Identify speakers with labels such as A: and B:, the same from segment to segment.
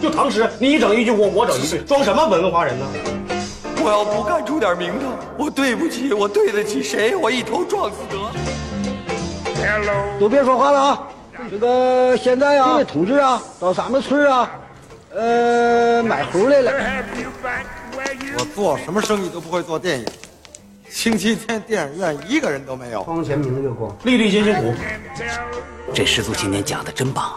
A: 就常识，你一整一句，我我整一句，装什么文化人呢？
B: 我要不干出点名堂，我对不起，我对得起谁？我一头撞死得了。
C: 都别说话了啊！
A: 嗯
C: 这个现在啊，这位同志啊，到咱们村啊，呃，买猴来了。
D: 我做什么生意都不会做电影，星期天电影院一个人都没有。
C: 光前明月光，
A: 粒粒皆辛苦，
E: 这师祖今天讲的真棒啊！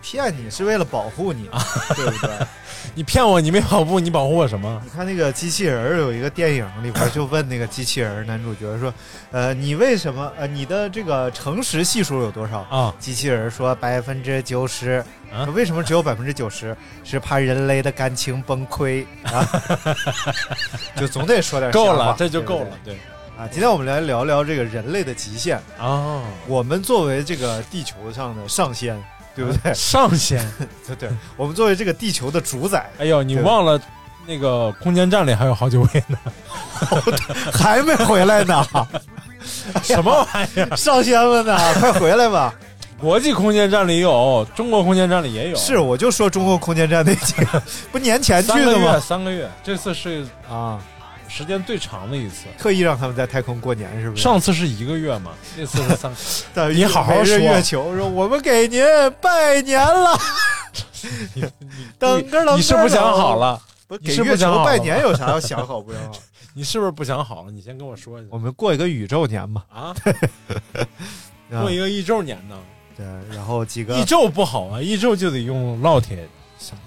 D: 骗你是为了保护你，对不对？
F: 你骗我，你没跑步，你保护我什么？
D: 你看那个机器人儿有一个电影里边就问那个机器人儿男主角说，呃，你为什么呃你的这个诚实系数有多少？
F: 啊
D: 机器人儿说百分之九十，
F: 啊
D: 说为什么只有百分之九十？是怕人类的感情崩溃 啊！就总得说点
F: 够
D: 瞎
F: 了
D: 话，
F: 这就够
D: 对
F: 了。对，
D: 不对啊！今天我们来聊聊这个人类的极限，
F: 哦，
D: 我们作为这个地球上的上仙，对不对？
F: 上仙。
D: 对对，我们作为这个地球的主宰，
F: 哎呦，你
D: 对
F: 忘了那个空间站里还有好几位呢，
D: 还没回来呢，
F: 什么玩意 儿？
D: 上仙了呢，快回来吧！
F: 国际空间站里有，中国空间站里也有。
D: 是，我就说中国空间站那几个， 不年前
F: 三
D: 去
F: 个
D: 的
F: 月，
D: 吗？
F: 三个月，这次是
D: 啊，
F: 时间最长的一次。
D: 特意让他们在太空过年是不是？
F: 上次是一个月 嘛，这次是三个。
D: 但
F: 你好好
D: 围着
F: 说
D: 月球说我们给您拜年 了，等着了，
F: 你是不是想好？了？
D: 不是
F: 你
D: 给
F: 是不
D: 月
F: 是想
D: 球
F: 好
D: 拜
F: 了
D: 年有啥要想好不要？
F: 你是不是不想好了？你先跟我说一下
D: 我们过一个宇宙年嘛，
F: 啊。
D: 啊
F: 过一个一周年呢，
D: 对，然后几个
F: 一，周不好啊，一周就得用烙铁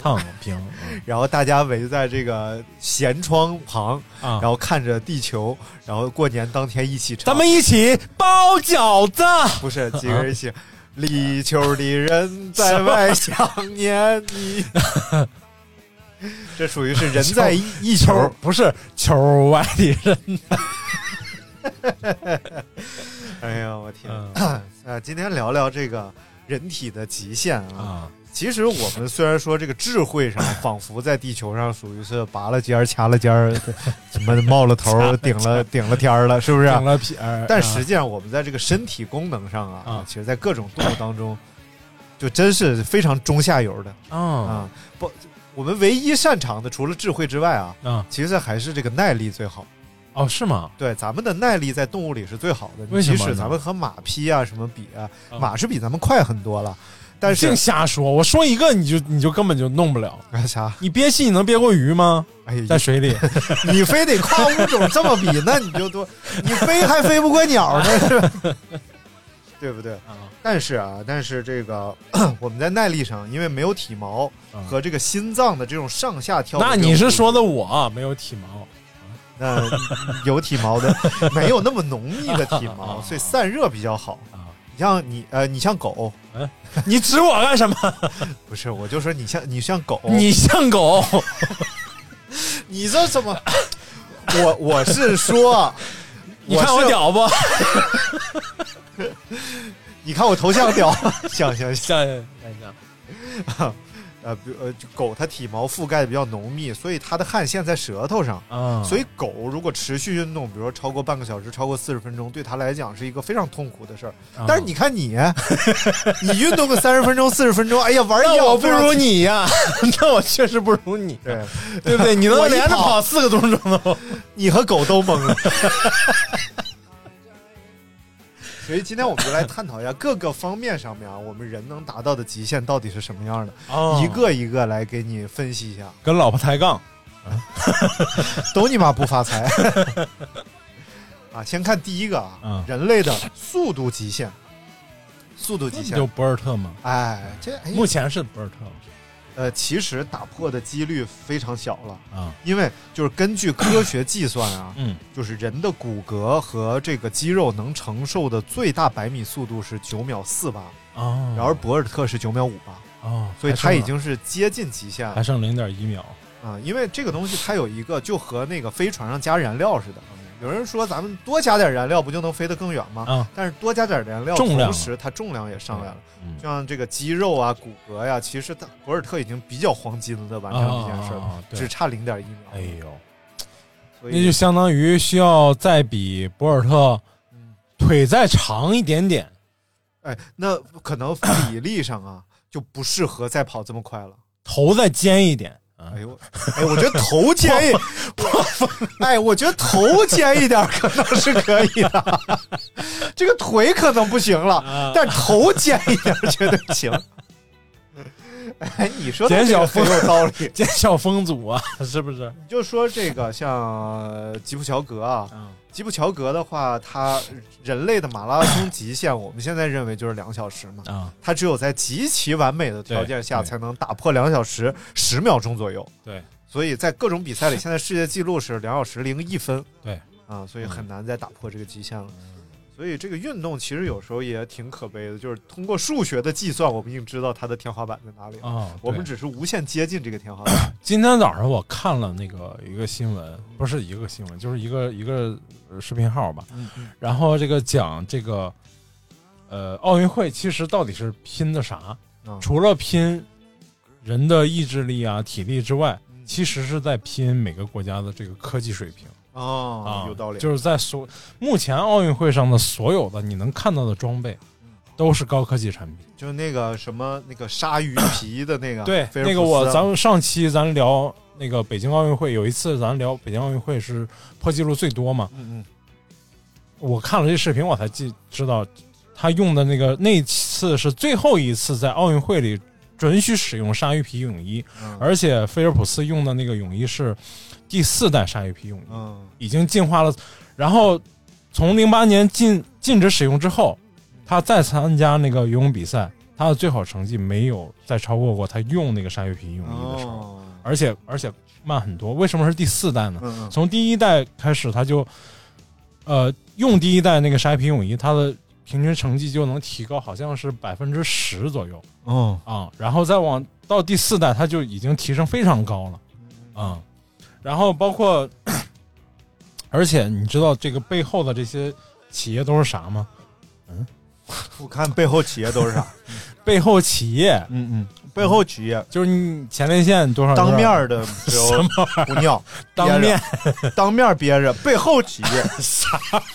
F: 烫 平
D: 然后大家围在这个舷窗旁，
F: 啊。
D: 然后看着地球，然后过年当天一起唱。
F: 咱们一起包饺子，
D: 不是 几个人一起。立秋的人在外想念 你，这属于是人在一一球
F: 球不是球外的人。
D: 哎呀，我天！
F: 嗯
D: 啊，今天聊聊这个人体的极限啊。
F: 啊，
D: 其实我们虽然说这个智慧上，仿佛在地球上属于是拔了尖儿、掐了尖儿，什么冒了头儿、顶 了顶了天儿了，是不是？
F: 整了皮儿，
D: 但
F: 啊
D: 实际上，我们在这个身体功能上啊，
F: 啊
D: 其实，在各种动物当中， 就真是非常中下游的
F: 啊
D: 啊。不，我们唯一擅长的，除了智慧之外啊，
F: 啊
D: 其实还是这个耐力最好。
F: 哦是吗？
D: 对，咱们的耐力在动物里是最好的。
F: 为什么
D: 即使
F: 呢
D: 咱们和马匹啊什么比啊，
F: 啊
D: 马是比咱们快很多了，但
F: 净
D: 是
F: 瞎说，我说一个你就你就根本就弄不了。
D: 啊啥？
F: 你憋气，你能憋过鱼吗？
D: 哎呀
F: 在，水里，
D: 你非得跨物种这么比，那你就多，你飞还飞不过鸟 呢，是吧？对不对？
F: 啊
D: 但是啊，但是这个 我们在耐力上，因为没有体毛
F: 啊
D: 和这个心脏的这种上下跳，
F: 那你是说的我啊没有 体毛？
D: 那有体毛 的没有那么浓密的体毛，所以散热比较好
F: 啊。
D: 你像你呃，你像狗，
F: 你指我干什么？
D: 不是，我就说你像你像狗，
F: 你像狗，
D: 你这怎么？我我是说，啊
F: 你看我
D: 是，
F: 屌不？
D: 你看我头像屌， 行行行，
F: 像像
D: 啊
F: 像
D: 呃，比如呃，就狗它体毛覆盖的比较浓密，所以它的汗腺在舌头上。
F: 啊，
D: 所
F: 以
D: 以狗如果持续运动，比如说超过半个小时、超过四十分钟，对它来讲是一个非常痛苦的事儿。
F: 嗯
D: 但是你看 你，你运动个三十分钟、四十分钟，哎呀，玩儿一
F: 那
D: 样
F: 我不如。你呀， 那我确实不如你，
D: 对，
F: 对不对？你 能
D: 我一
F: 连着
D: 跑
F: 跑四个多钟头，
D: 你和狗都懵了。 所以今天我们就来探讨一下各个方面上面啊，我们人能达到的极限到底是什么样的，
F: 哦
D: 一个一个来给你分析一下。
F: 跟老婆抬杠
D: 都你妈不发财啊！先看第一个啊，
F: 嗯
D: 人类的速度极限，速度极
F: 那不
D: 限
F: 就，博尔特吗？
D: 哎，这哎
F: 目前是博尔特
D: 呃，其实打破的几率非常小了，
F: 啊，
D: 因为就是根据科学计算啊，
F: 嗯，
D: 就是人的骨骼和这个肌肉能承受的最大百米速度是九秒四八，
F: 哦，
D: 然而博尔特是九秒五八，
F: 哦，
D: 所以
F: 还
D: 他
F: 剩
D: 已经是接近极限了
F: 还。剩零点一秒，
D: 啊、因为这个东西它有一个就和那个飞船上加燃料似的。有人说咱们多加点燃料不就能飞得更远吗？
F: 嗯
D: 但是多加点燃料，
F: 重量
D: 同
F: 了
D: 时它重量也上来了。
F: 嗯
D: 就像这个肌肉啊、骨骼呀、其实它博尔特已经比较黄金了的完成这件事儿了，
F: 啊对
D: 只差零点一秒。
F: 哎呦，
D: 所
F: 那就
D: 以
F: 相当于需要再比博尔特
D: 嗯
F: 腿再长一点点，
D: 哎，那可能比例上啊就不适合再跑这么快了。
F: 头再尖一点。啊
D: 哎呦，哎，我觉得头尖 一，哎，我觉得头尖一点可能是可以的， 这个腿可能不行了，
F: 啊
D: 但头尖一点绝对 行。哎，你说的
F: 减
D: 这
F: 小
D: 个很
F: 风
D: 有道理。
F: 减小风阻啊，是不是？
D: 你就说这个像吉普乔格啊，
F: 嗯
D: 吉普乔格的话，他人类的马拉松极限，我们现在认为就是两小时嘛，
F: 啊，
D: 他只有在极其完美的条件下
F: 对对
D: 才能打破两小时十秒钟左右。
F: 对，
D: 所以在各种比赛里，现在世界纪录是两小时零一分。
F: 对，嗯
D: 啊，所以很难再打破这个极限了。所以这个运动其实有时候也挺可悲的，就是通过数学的计算，我们已经知道它的天花板在哪里了。
F: 啊，
D: 我们
F: 对
D: 只是无限接近这个天花板。
F: 今天早上我看了那个一个新闻，不是一个新闻，就是一个一个呃视频号吧，
D: 嗯
F: 然后这个讲这个呃奥运会其实到底是拼的啥？
D: 啊
F: 除了拼人的意志力啊、体力之外，
D: 嗯
F: 其实是在拼每个国家的这个科技水平
D: 哦
F: 啊，，
D: 有道理。
F: 就是在所目前奥运会上的所有的你能看到的装备，
D: 嗯
F: 都是高科技产品。
D: 就是那个什么那个鲨鱼皮的那个，
F: 对，
D: 菲尔
F: 那个
D: 普斯啊
F: 我咱们上期咱聊那个北京奥运会，有一次咱聊北京奥运会是破纪录最多嘛。
D: 嗯嗯
F: 我看了这视频，我才记知道他用的那个那次是最后一次在奥运会里准许使用鲨鱼皮泳衣，
D: 嗯
F: 而且菲尔普斯用的那个泳衣是第四代鲨鱼皮泳衣，
D: 嗯
F: 已经进化了。然后从零八年禁禁止使用之后，他再参加那个游泳比赛，他的最好成绩没有再超过过他用那个鲨鱼皮泳衣的时候，
D: 哦
F: 而且而且慢很多。为什么是第四代呢？
D: 嗯嗯
F: 从第一代开始，他就呃用第一代那个鲨鱼皮泳衣，他的平均成绩就能提高，好像是百分之十左右
D: 哦，
F: 啊、然后再往到第四代，他就已经提升非常高了。
D: 嗯
F: 啊、然后包括， 而且你知道这个背后的这些企业都是啥吗？
D: 我看背后企业都是啥？
F: 背后企业
D: 嗯嗯，背后企业
F: 就是你前列腺多少
D: 当面
F: 多少
D: 儿的只有不尿，
F: 当面，
D: 当面儿憋着，背后企业，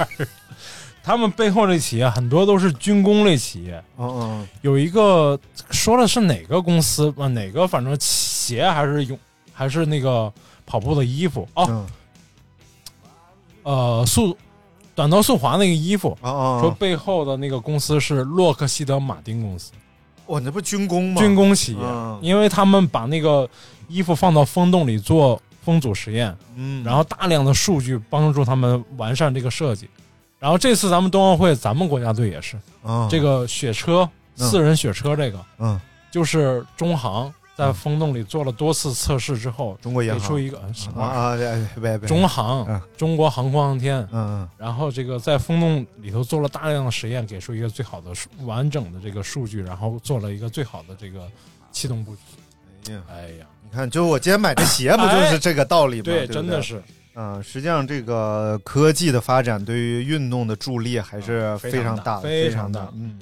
F: 他们背后这企业很多都是军工类企业，
D: 嗯嗯
F: 有一个说了是哪个公司吧，哪个反正鞋还是泳还是那个跑步的衣服哦，
D: 嗯
F: 呃速短道速滑那个衣服。
D: 啊
F: 说
D: 啊，
F: 背后的那个公司是洛克希德马丁公司，哦
D: 我那不军工吗？
F: 军工企业，
D: 哦嗯
F: 因为他们把那个衣服放到风洞里做风阻实验，
D: 嗯，
F: 然后大量的数据帮助他们完善这个设计。然后这次咱们冬奥会，咱们国家队也是
D: 后
F: 这个雪车
D: 啊嗯
F: 四人雪车，这个
D: 嗯，
F: 就是中航在风洞里做了多次测试之后，
D: 中国银
F: 给出
D: 行
F: 一个呃什
D: 嗯啊
F: 么
D: 啊，别别别，
F: 中
D: 嗯
F: 航中国航空航天，
D: 嗯
F: 然后这个在风洞里头做了大量的实验，给出一个最好的数完整的这个数据，然后做了一个最好的这个气动布局。
D: 嗯，哎呀
F: 哎呀，
D: 你看，就我今天买这鞋不就是这个道理吗？对，
F: 哎真的。是
D: 嗯，实际上这个科技的发展对于运动的助力还是呃非常大的，非
F: 啊非
D: 常
F: 常
D: 大
F: 大。
D: 嗯，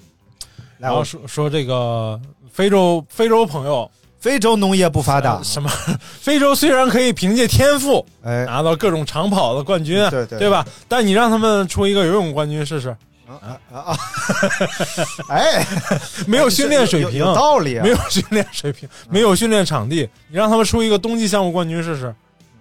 D: 来，
F: 然后
D: 我
F: 说说这个非洲非洲朋友
D: 非洲农业不发达
F: 呃，什么？ 非洲虽然可以凭借天赋
D: 哎，
F: 拿到各种长跑的冠军，啊
D: 对对
F: 吧？但你让他们出一个游泳冠军试试，
D: 啊啊啊！ 哎，
F: 没有训练水
D: 有
F: 平，
D: 有道理啊，嗯
F: 没有训练水平，没有训练场地，你让他们出一个冬季项目冠军试试，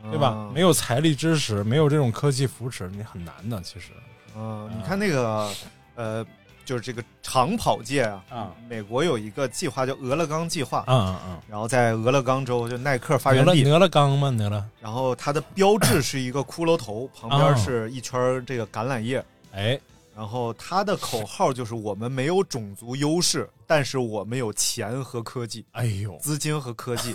D: 嗯
F: 对吧？没
D: 有。
F: 有财力支持，没有这种科技扶持，你很难的。其实
D: 嗯，你看那个呃，就是这个长跑界啊，
F: 啊
D: 美国有一个计划叫俄勒冈计划，
F: 啊啊！
D: 然后在俄勒冈州就耐克发
F: 哪
D: 源
F: 了
D: 地，
F: 哪了刚吗？哪了？
D: 然后它的标志是一个骷髅头，旁边是一圈儿这个橄榄叶。
F: 哎，
D: 然后它的口号就是“我们没有种族优势，但是我们有钱和科技、
F: 哎呦，
D: 资金和科技”，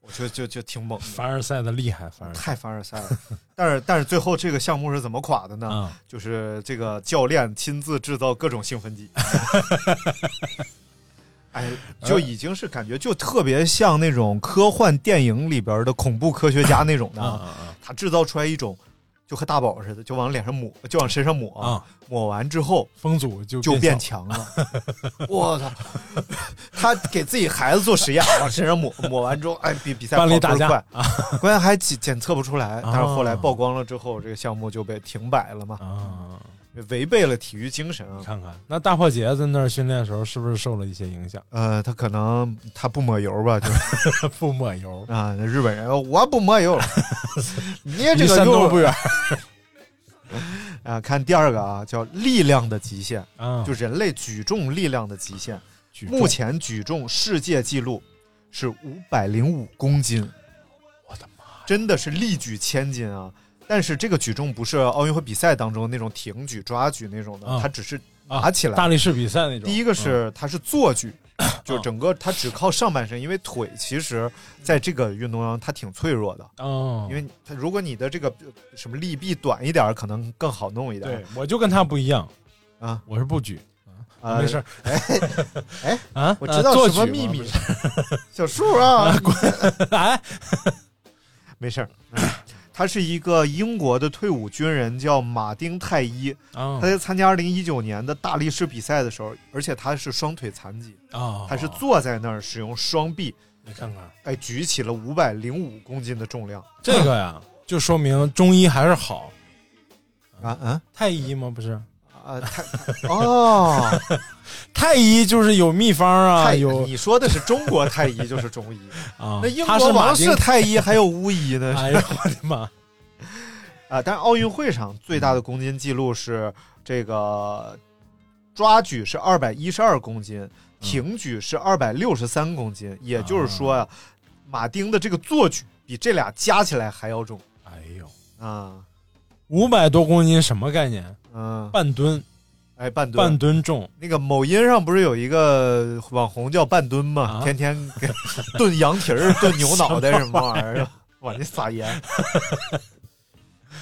D: 我觉得就就挺猛 的，
F: 凡尔赛的厉害，凡尔赛
D: 太凡尔赛了。但是但是最后这个项目是怎么垮的呢？
F: 啊！
D: 就是这个教练亲自制造各种兴奋 剂，哎，
F: 呃
D: 就已经是感觉就特别像那种科幻电影里边的恐怖科学家那种的
F: 啊
D: 啊，
F: 啊
D: 他制造出来一种就和大宝似的，就往脸上抹，就往身上抹，
F: 啊啊！
D: 抹完之后
F: 风阻就
D: 就变
F: 小
D: 强 了。我操！他给自己孩子做实验，往身上抹，抹完之后，哎，比比赛
F: 班里
D: 跑得
F: 打架
D: 快，关键还检检测不出来。
F: 啊
D: 但是后来曝光了之后，这个项目就被停摆了嘛，
F: 啊！
D: 违背了体育精神啊
F: 你。看看，那大破杰在那儿训练的时候，是不是受了一些影响？
D: 呃，他可能他不抹油吧，就是
F: 不抹油，
D: 啊，那日本人我不抹 油，你这
F: 离
D: 个
F: 山
D: 又
F: 东不远
D: 啊，看第二个啊，叫力量的极限，
F: 啊！
D: 就人类举重力量的极限。
F: 举重
D: 目前举重世界纪录是五百零五公斤，
F: 我的妈呀！
D: 真的是力举千斤啊！但是这个举重不是奥运会比赛当中那种挺举、抓举那种的，
F: 啊
D: 它只是
F: 啊
D: 拿起来。
F: 大力士比赛那种，嗯
D: 第一个是它是坐举，就整个它只靠上半身，因为腿其实在这个运动上它挺脆弱的，
F: 嗯哦，
D: 因为它如果你的这个呃什么力臂短一点儿，可能更好弄一点
F: 对我就跟他不一样
D: 啊，
F: 我是不举，
D: 啊。
F: 没事儿
D: 哎
F: 啊，
D: 我知道
F: 做
D: 什么
F: 举
D: 秘
F: 吗
D: 密，小树啊，
F: 哎，
D: 没事儿。他是一个英国的退伍军人，叫马丁泰伊。
F: 啊
D: 他在参加2019年的大力士比赛的时候，而且他是双腿残疾，
F: 啊，
D: 他是坐在那儿使用双臂，
F: 你看看
D: 哎，举起了505公斤的重量。
F: 这个呀，就说明中医还是好，嗯
D: 啊啊
F: 太医吗？不是，
D: 啊！太哦，
F: 太医就是有秘方啊，
D: 太
F: 有
D: 你说的是中国太医就是中 医，
F: 啊，
D: 那英
F: 他是
D: 国
F: 马
D: 王
F: 丁
D: 室，太医还有巫医 呢
F: 哎呀，我的妈，
D: 啊！但是奥运会上最大的公斤记录是这个抓举是212公
F: 嗯
D: 斤，挺举是263公斤，也就是说
F: 啊
D: 呀、马丁的这个坐举比这俩加起来还要重
F: 哎呦，
D: 啊。
F: 五百多公斤什么概念？
D: 嗯，
F: 半吨，
D: 哎，半吨，
F: 半吨重，
D: 那个某音上不是有一个网红叫半吨吗？
F: 啊
D: 天天给 炖羊蹄 儿、炖牛脑袋什么玩意儿，往那撒盐。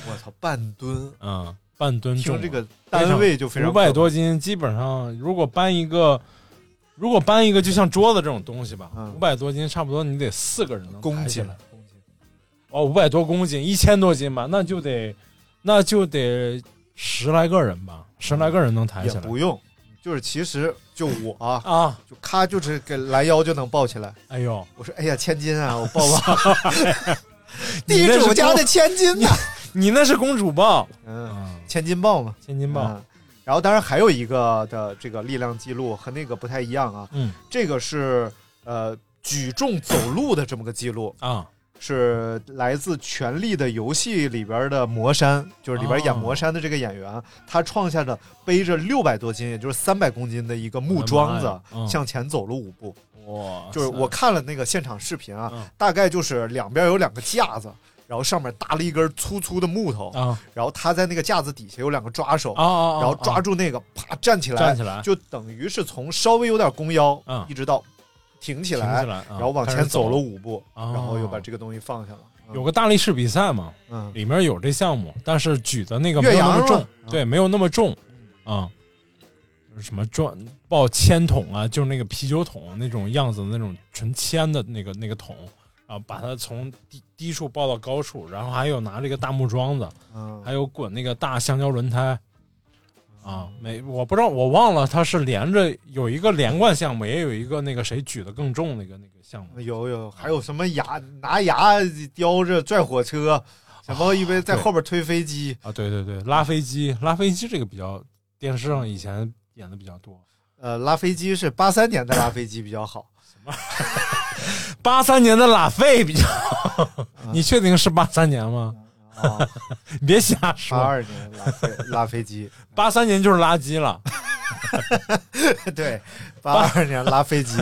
D: 我操，半吨！
F: 嗯，半吨重
D: 听
F: 啊，
D: 这个单位就非常
F: 五百多斤，基本上如果搬一个，如果搬一个就像桌子这种东西吧，
D: 嗯
F: 五百多斤差不多你得四个人能
D: 公
F: 抬起
D: 斤
F: 来，哦，五百多公斤，一千多斤吧，那就得那就得十来个人吧，十来个人能抬
D: 也
F: 起来
D: 不用，就是其实就我啊、
F: 啊！
D: 就咔就是给拦腰就能抱起来。
F: 哎呦，
D: 我说哎呀，千金啊，我抱 抱。
F: 你
D: 地
F: 那是
D: 主家
F: 公
D: 的千金呐、
F: 你那是公主抱，
D: 嗯，
F: 嗯，
D: 千金抱嘛，
F: 千金抱，
D: 嗯然后当然还有一个的这个力量记录和那个不太一样啊，
F: 嗯
D: 这个是呃举重走路的这么个记录，
F: 啊，
D: 是来自《权力的游戏》里边的魔山，就是里边演魔山的这个演员，
F: 哦
D: 他创下的背着六百多斤，也就是三百公斤的一个木桩
F: 我的
D: 子
F: 妈呀嗯
D: 向前走了五步。
F: 哇塞，
D: 就是我看了那个现场视频啊，
F: 嗯
D: 大概就是两边有两个架子。然后上面搭了一根粗粗的木头，
F: 啊
D: 然后他在那个架子底下有两个抓手，
F: 啊啊，
D: 然后抓
F: 住
D: 住那个，啪站起来，
F: 站起来
D: 就等于是从稍微有点弓腰，
F: 嗯
D: 一直到挺起
F: 起
D: 来，
F: 来，啊
D: 然后往
F: 开
D: 前
F: 始走
D: 走了五步，
F: 哦
D: 然后又把这个东西放下了。嗯
F: 有个大力士比赛嘛，
D: 嗯，
F: 里面有这项目，但是举的那个没
D: 岳
F: 有
D: 阳
F: 那么重
D: 了，嗯
F: 对，没有那么重啊。就是什么装抱铅桶啊，就是那个啤酒桶啊那种样子的那种纯铅的那个那个桶，然后把它从低低处抱到高处，然后还有拿这个大木桩子，
D: 嗯
F: 还有滚那个大橡胶轮胎啊，没我不知道我忘了，它是连着有一个连贯项目，也有一个那个谁举的更重那个那个项目，
D: 嗯有有，还有什么牙拿牙叼着拽火车，什么一为在
F: 哦对
D: 后边推飞机，
F: 啊，对对对，拉飞机，拉飞机这个比较电视上以前演的比较多。
D: 呃，拉飞机是八三年的拉飞机比较好，
F: 八三年的拉菲比较，你确定是八三年吗？
D: 啊，
F: 你别瞎
D: 八
F: 说，
D: 二年拉飞拉飞机，
F: 八三年就是垃圾了。
D: 对，八二年拉飞机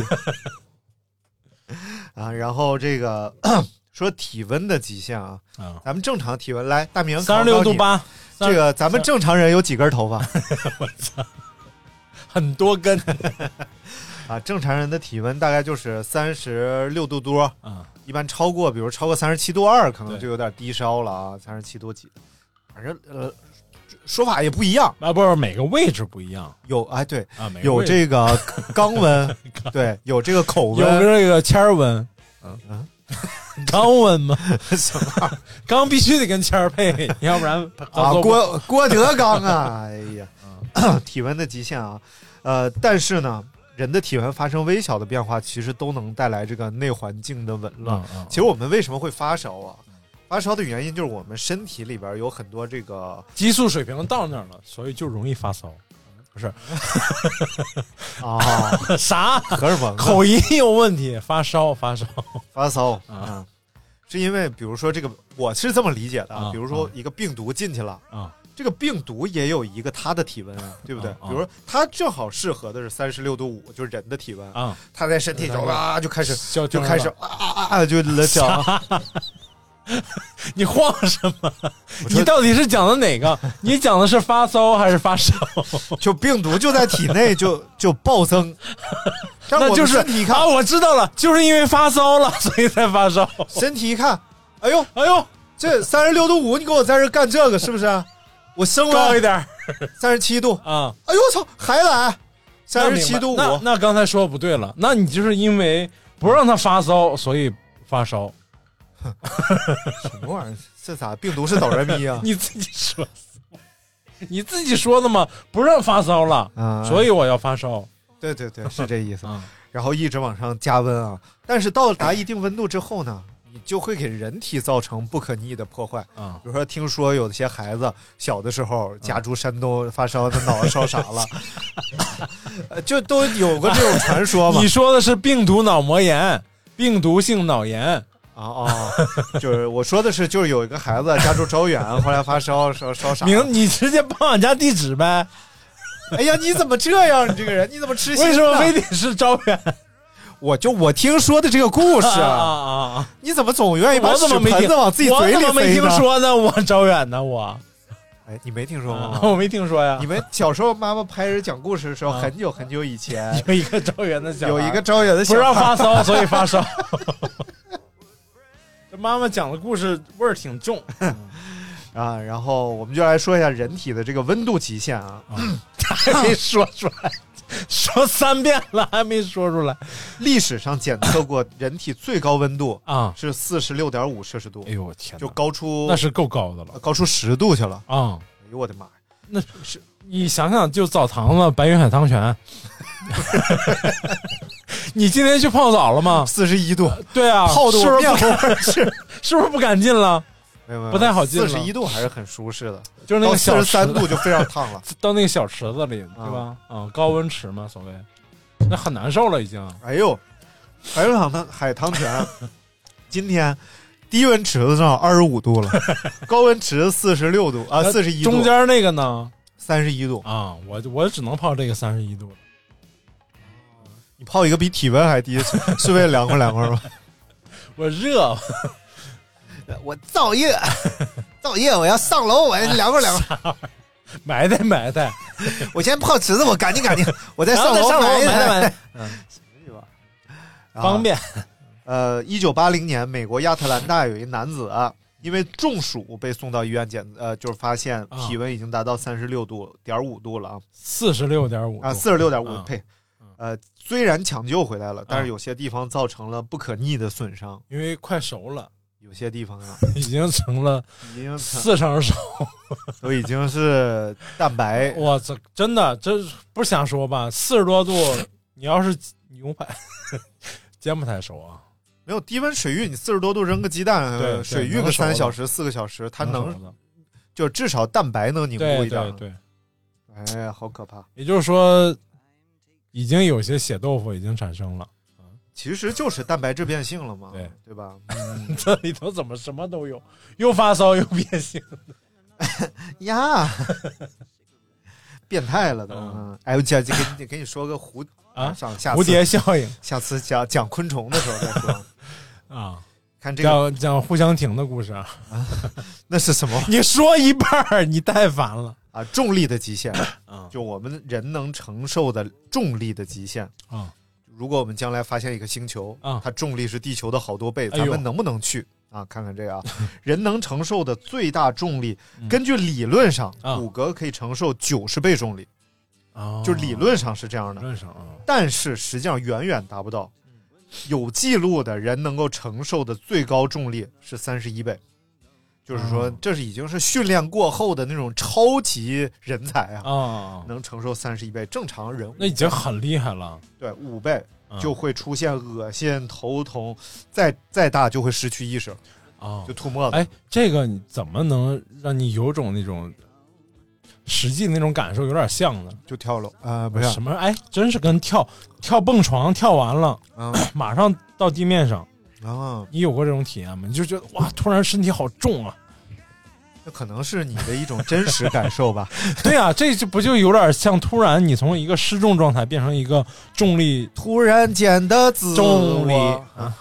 D: 啊，然后这个 说体温的极限啊，
F: 啊，
D: 咱们正常体温来，大明
F: 三十六度，八，
D: 考考你这个咱们正常人有几根头发
F: 很多根，
D: 啊？正常人的体温大概就是三十六度多，
F: 啊，
D: 一般超过，比如超过三十七度二，可能
F: 对
D: 就有点低烧了啊，三十七度几，反正呃说法也不一样，
F: 啊，不是每个位置不一样
D: 有哎对，
F: 啊，每个
D: 有
F: 位置
D: 这个 肛 温，对，有这个口
F: 有
D: 温，
F: 这个签儿纹，嗯
D: 啊
F: 肛纹吗？
D: 什么玩意儿
F: 肛必须得跟签儿配， 要不然
D: 啊？郭郭德纲啊，哎呀，体温的极限啊，呃，但是呢，人的体温发生微小的变化，其实都能带来这个内环境的紊乱
F: 嗯。嗯
D: 其实我们为什么会发烧啊？发烧的原因就是我们身体里边有很多这个
F: 激素水平到那儿了，所以就容易发骚。不是
D: 啊
F: 啥
D: 荷尔蒙啊
F: 口音有问题，发烧发烧
D: 发烧啊，是因为比如说这个，我是这么理解的啊
F: 啊，
D: 比如说一个病毒进去了。
F: 啊
D: 这个病毒也有一个它的体温啊，对不对？
F: 啊啊
D: 比如说它正好适合的是三十六度五，就是人的体温，
F: 啊！
D: 它在身体里
F: 那
D: 头
F: 个
D: 啊就开始
F: 小
D: 就
F: 丁儿
D: 开始
F: 了
D: 啊啊啊 啊就来讲，
F: 你晃什么？
D: 我说
F: 你到底是讲的哪个？你讲的是发骚还是发烧？
D: 就病毒就在体内就 就暴增， 但
F: 那
D: 我
F: 就
D: 们
F: 是
D: 身体一看
F: 啊，，我知道了，就是因为发骚了，所以才发烧。
D: 身体一看，哎呦，
F: 哎呦，
D: 这三十六度五，你给我在这干这个是不是？我升
F: 高一
D: 温
F: 点儿
D: 三十七度，
F: 啊！
D: 哎呦我操，还来
F: 那
D: 三
F: 明
D: 十七
F: 白
D: 度五，
F: 那那刚才说不对了，那你就是因为不让他发骚，所以发烧。？
D: 什么玩意儿？这咋病毒是导人迷啊
F: 你自己说，你自己说的嘛，不让发骚了，
D: 啊
F: 所以我要发烧
D: 对对对，是这意思。
F: 啊
D: 然后一直往上加温啊，但是到达一定温度之后呢，你就会给人体造成不可逆的破坏。
F: 啊
D: 比如说，听说有些孩子小的时
F: 嗯
D: 候家住山东发烧，他脑子烧傻 了，呃就都有过这种传说嘛
F: 你。说的是病毒脑膜炎，病毒性脑炎
D: 啊啊，就是我说的是，就是有一个孩子家住招远，后来发烧烧烧傻了。
F: 明，你直接报俺家地址呗？
D: 哎呀，你怎么这样？你这个人，你怎么痴心呢？
F: 为什么非得是招 远？
D: 我就我听说的这个故事，
F: 啊啊啊！
D: 你怎么总愿意把
F: 我怎
D: 屎
F: 么没
D: 盆
F: 听
D: 子往自己嘴
F: 我
D: 里
F: 怎么没
D: 飞
F: 听
D: 呢？
F: 说呢？我招远呢？我
D: 哎，你没听说过
F: 啊
D: 吗？
F: 我没听说呀
D: 你。们小时候妈妈拍人讲故事的时候，
F: 啊
D: 很久很久以前，
F: 有一个招远的小孩，
D: 有一个招远的小
F: 不让
D: 孩，
F: 发骚，所以发 烧。这妈妈讲的故事味儿挺 重，
D: 啊，然后我们就来说一下人体的这个温度极限啊。
F: 还没说出来，说三遍了还没说出来
D: 历史上检测过人体最高温度
F: 啊！
D: 是四十六点五摄氏度
F: 哎，呦我天哪，
D: 就高出呃
F: 那是够高的了
D: 高出十度去了。
F: 啊！
D: 哎呦我的妈呀！
F: 那是你想想，就澡堂子白云海 棠泉，你今天去泡澡了吗？
D: 四十一度，
F: 对啊，
D: 泡的
F: 是不
D: 我
F: 是
D: 面
F: 不
D: 红耳赤，
F: 是不是不敢进了？
D: 没有没有
F: 不太好进了
D: 四十一度还是很舒适的，
F: 就是那
D: 到
F: 个
D: 四
F: 小
D: 十三
F: 池
D: 度就非常烫了。
F: 到那个小池子里，对吧？啊，高温池嘛，所谓那很难受了已经
D: 哎呦，白云海棠海棠泉， 今天低温池子上二十五度了， 高温池四十六度啊，
F: 那
D: 四十一度，
F: 中间那个呢？
D: 三十一度。
F: 啊，我我只能泡这个三十一度了。
D: 你泡一个比体温还低，是是为了凉快凉快吗？
F: 我热，
D: 我造业， 造业，我要上楼，我要凉快凉 快。
F: 埋汰 埋汰，
D: 我先泡池子，我赶净赶 净，我再
F: 然后再上楼埋汰埋
D: 啊
F: 汰，方。便
D: 呃，一九八零年，美国亚特兰大有一男子啊，因为中暑被送到医院检，呃，就是发现
F: 啊
D: 体温已经达到三十六度点五度了啊，
F: 四十六点五
D: 啊，四十六点五
F: 啊，
D: 呸，呃，虽然抢救回来了，
F: 嗯
D: 但是有些地方造成了不可逆的损伤，
F: 因为快熟了，
D: 有些地方 啊，
F: 已经成了
D: 已经
F: 四成熟。，
D: 都已经是蛋白
F: 我操，真的，这不是瞎说吧？四十 多度，你要是牛排， 煎不太熟啊。
D: 没有低温水域，你四十多度扔个鸡蛋，
F: 对
D: 呃
F: 对
D: 水域
F: 能
D: 个
F: 熟的
D: 三小时、四个小时，它
F: 熟
D: 能
F: 的
D: 就至少蛋白能凝固
F: 对
D: 一点
F: 对
D: 儿。
F: 对，
D: 哎呀，好可怕！
F: 也就是说，已经有些血豆腐已经产生了。
D: 其实就是蛋白质变性了嘛，
F: 对
D: 对吧？
F: 这里头怎么什么都有， 又发烧又变性
D: 呀，变态了都。
F: 嗯
D: 嗯，哎，我姐，给你给你说个蝴
F: 啊
D: 上下
F: 蝴
D: 次
F: 蝶效应
D: 下次讲讲昆虫的时候再 说。
F: 啊，
D: 看这个
F: 讲讲互相挺的故事啊。
D: 那是什么
F: 你说一半儿，你太烦了
D: 啊？重力的极 限，
F: 啊
D: 就我们人能承受的重力的极限。
F: 啊！
D: 如果我们将来发现一个星球，
F: 啊
D: 它重力是地球的好多倍，
F: 哎呦
D: 咱们能不能去啊？看看这 个啊，人能承受的最大重力，根据理论上，
F: 啊
D: 骨骼可以承受九十倍重力，
F: 哦
D: 就理论上是这样
F: 理
D: 的，
F: 论上啊，
D: 但是实际上远远达不到。有记录的人能够承受的最高重力是三十一倍，就是说
F: 哦
D: 这是已经是训练过后的那种超级人才啊，
F: 啊，
D: 能承受三十一倍，正常人
F: 那已经很厉害了，
D: 对五倍
F: 嗯
D: 就会出现恶心、头疼，再再大就会失去意识，
F: 啊
D: 就。吐沫子。
F: 哎，这个你怎么能让你有种那种实际那种感受有点像呢？
D: 就跳楼啊、呃不是
F: 什，么？哎，真是跟跳跳蹦床跳完了，
D: 嗯
F: 马上到地面上，
D: 啊，
F: 你有过这种体验吗？你就觉得哇，突然身体好重啊！
D: 那可能是你的一种真实感受 吧，
F: 对啊，这就不就有点像突然你从一个失重状态变成一个重力
D: 突然间的自
F: 重力
D: 我
F: 啊，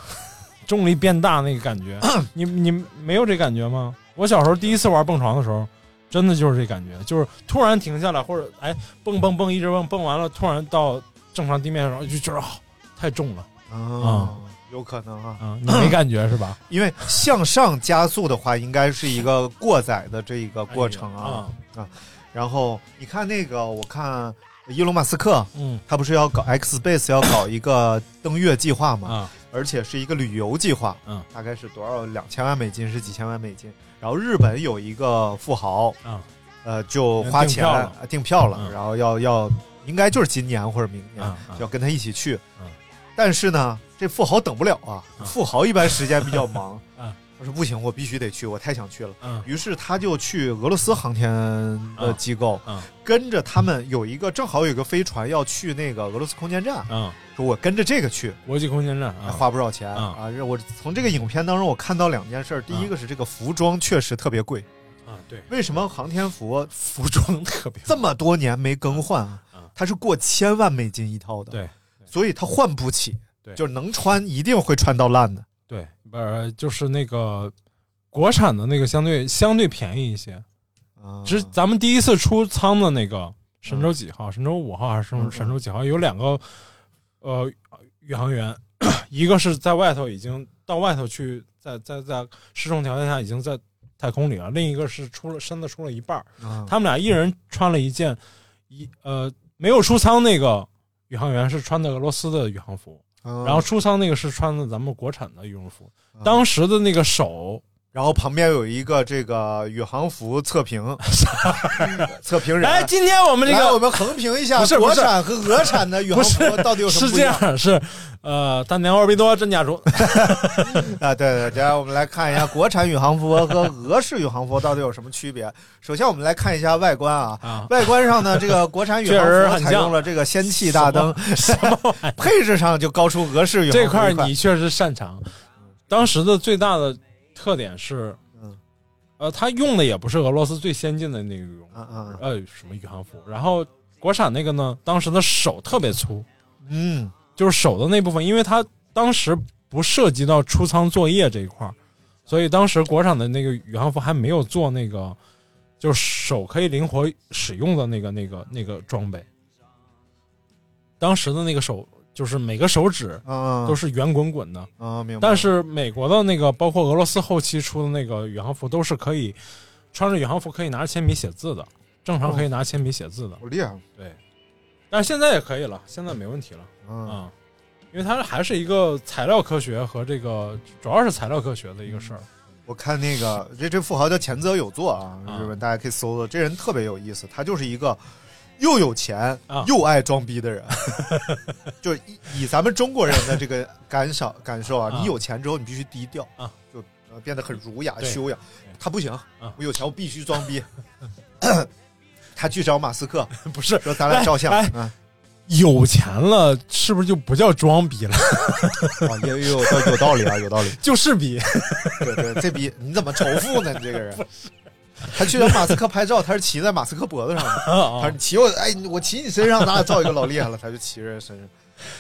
F: 重力变大那个感觉，你你没有这感觉吗？我小时候第一次玩蹦床的时候，真的就是这感觉，就是突然停下来，或者哎蹦蹦蹦一直蹦蹦完了，突然到正常地面上就觉得、啊太重了嗯
D: 啊，有可能啊，
F: 啊，你没感觉是吧？
D: 因为向上加速的话，应该是一个过载的这一个过程啊。
F: 啊，
D: 然后你看那个，我看伊隆马斯克，
F: 嗯
D: 他不是要搞 X Space 要搞一个登月计划嘛，
F: 啊
D: 而且是一个旅游计划，
F: 嗯，
D: 大概是多少两千万美金是几千万美金。然后日本有一个富豪，
F: 啊
D: 呃，就花
F: 订
D: 钱
F: 票了
D: 呃订票了，
F: 嗯
D: 然后要要应该就是今年或者明年、
F: 啊
D: 要跟他一起去。
F: 嗯
D: 但是呢，这富豪等不了啊，
F: 啊
D: 富豪一般时间比较 忙。
F: 啊
D: 他说不行，我必须得去，我太想去了。
F: 啊
D: 于是他就去俄罗斯航天的
F: 啊
D: 机构，
F: 啊
D: 跟着他们有一个正好有一个飞船要去那个俄罗斯空间站，
F: 啊！
D: 说我跟着这个去，
F: 国际空间站
D: 还
F: 啊，
D: 花不少钱
F: 啊
D: 啊！这我从这个影片当中我看到两件事儿，第
F: 嗯
D: 一个是这个服装确实特别贵，
F: 啊对，
D: 为什么航天服
F: 服装特别
D: 这么多年没更换啊
F: 啊？
D: 它是过千万美金一套的，
F: 对，
D: 所以它换不起，
F: 对
D: 就是能穿一定会穿到烂的。
F: 对，不是就是那个国产的那个相对相对便宜一些，
D: 啊
F: 只咱们第一次出舱的那个神舟几号、神舟五号还是神
D: 嗯嗯
F: 神舟几号，有两个呃宇航员， 一个是在外头已经到外头去，在在在失重条件下已经在太空里了，另一个是出了身子出了一半儿，
D: 啊
F: 他们俩一人穿了一件一呃没有出舱那个宇航员是穿的俄罗斯的宇航服，
D: 啊
F: 然后出舱那个是穿的咱们国产的羽绒服，当时的那个手
D: 然后旁边有一个这个宇航服测 评，测评人。
F: 来，今天我们这
D: 来
F: 个
D: 我们横评一下
F: 不是不
D: 国
F: 是
D: 产和俄产的宇航服到底有什么
F: 是
D: 不
F: 这
D: 一样
F: 样，是呃，丹宁奥尔比多真假如
D: 啊？对对，这样我们来看一下国产宇航服和俄式宇航服到底有什么区别。首先，我们来看一下外观啊，
F: 啊
D: 外观上呢，这个国产宇
F: 确实
D: 航
F: 很
D: 服采
F: 像
D: 用了这个氙气大灯，
F: 什么玩意儿？
D: 配置上就高出俄式宇航服
F: 这块儿
D: 一块
F: 你确实擅长。当时的最大的特点是，
D: 嗯
F: 呃，他用的也不是俄罗斯最先进的那个羽
D: 啊啊
F: 呃什么宇航服，然后国产那个呢，当时的手特别粗，
D: 嗯
F: 就是手的那部分，因为它当时不涉及到出舱作业这一块儿，所以当时国产的那个宇航服还没有做那个，就是手可以灵活使用的那个那个那个装备。当时的那个手就是每个手指
D: 啊
F: 都是圆滚滚的，
D: 啊明白。
F: 但是美国的那个包括俄罗斯后期出的那个宇航服都是可以穿着宇航服可以拿着铅笔写字的，正常可以拿铅笔写字的，
D: 好厉害，
F: 但是现在也可以了，现在没问题了。
D: 嗯
F: 啊，因为它还是一个材料科学和这个主要是材料科学的一个事儿。
D: 我看那个这这富豪叫前泽有作啊，
F: 啊
D: 日本大家可以搜搜，这人特别有意思，他就是一个又有钱、
F: 啊
D: 又爱装逼的 人，就是以以咱们中国人的这个感受感受啊，
F: 啊
D: 你有钱之后你必须低调
F: 啊，
D: 就呃变得很儒雅
F: 对
D: 修养，他不行，
F: 啊
D: 我有钱我必须装 逼。他去找马斯克
F: 不是
D: 说：“咱俩照相。
F: 哎
D: 嗯
F: 有钱了，是不是就不叫装逼 了，
D: 哦，也也有道有道理啊，有道理。
F: 就是逼？
D: 对对，这逼你怎么仇富呢？你这个人他去找马斯克拍照，他是骑在马斯克脖子上的。
F: 嗯哦
D: 他说：“你骑我，哎，我骑你身上，咱俩造一个老厉害了。”他就骑着身上，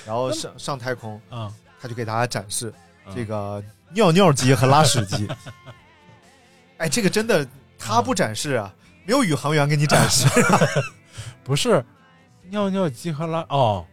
D: 然后上上太空，
F: 啊，
D: 他就给大家展示
F: 嗯
D: 这个尿尿机和拉屎机。 哎，这个真的，他
F: 嗯
D: 不展示啊，没有宇航员给你展 示，
F: 不是尿尿机和拉哦，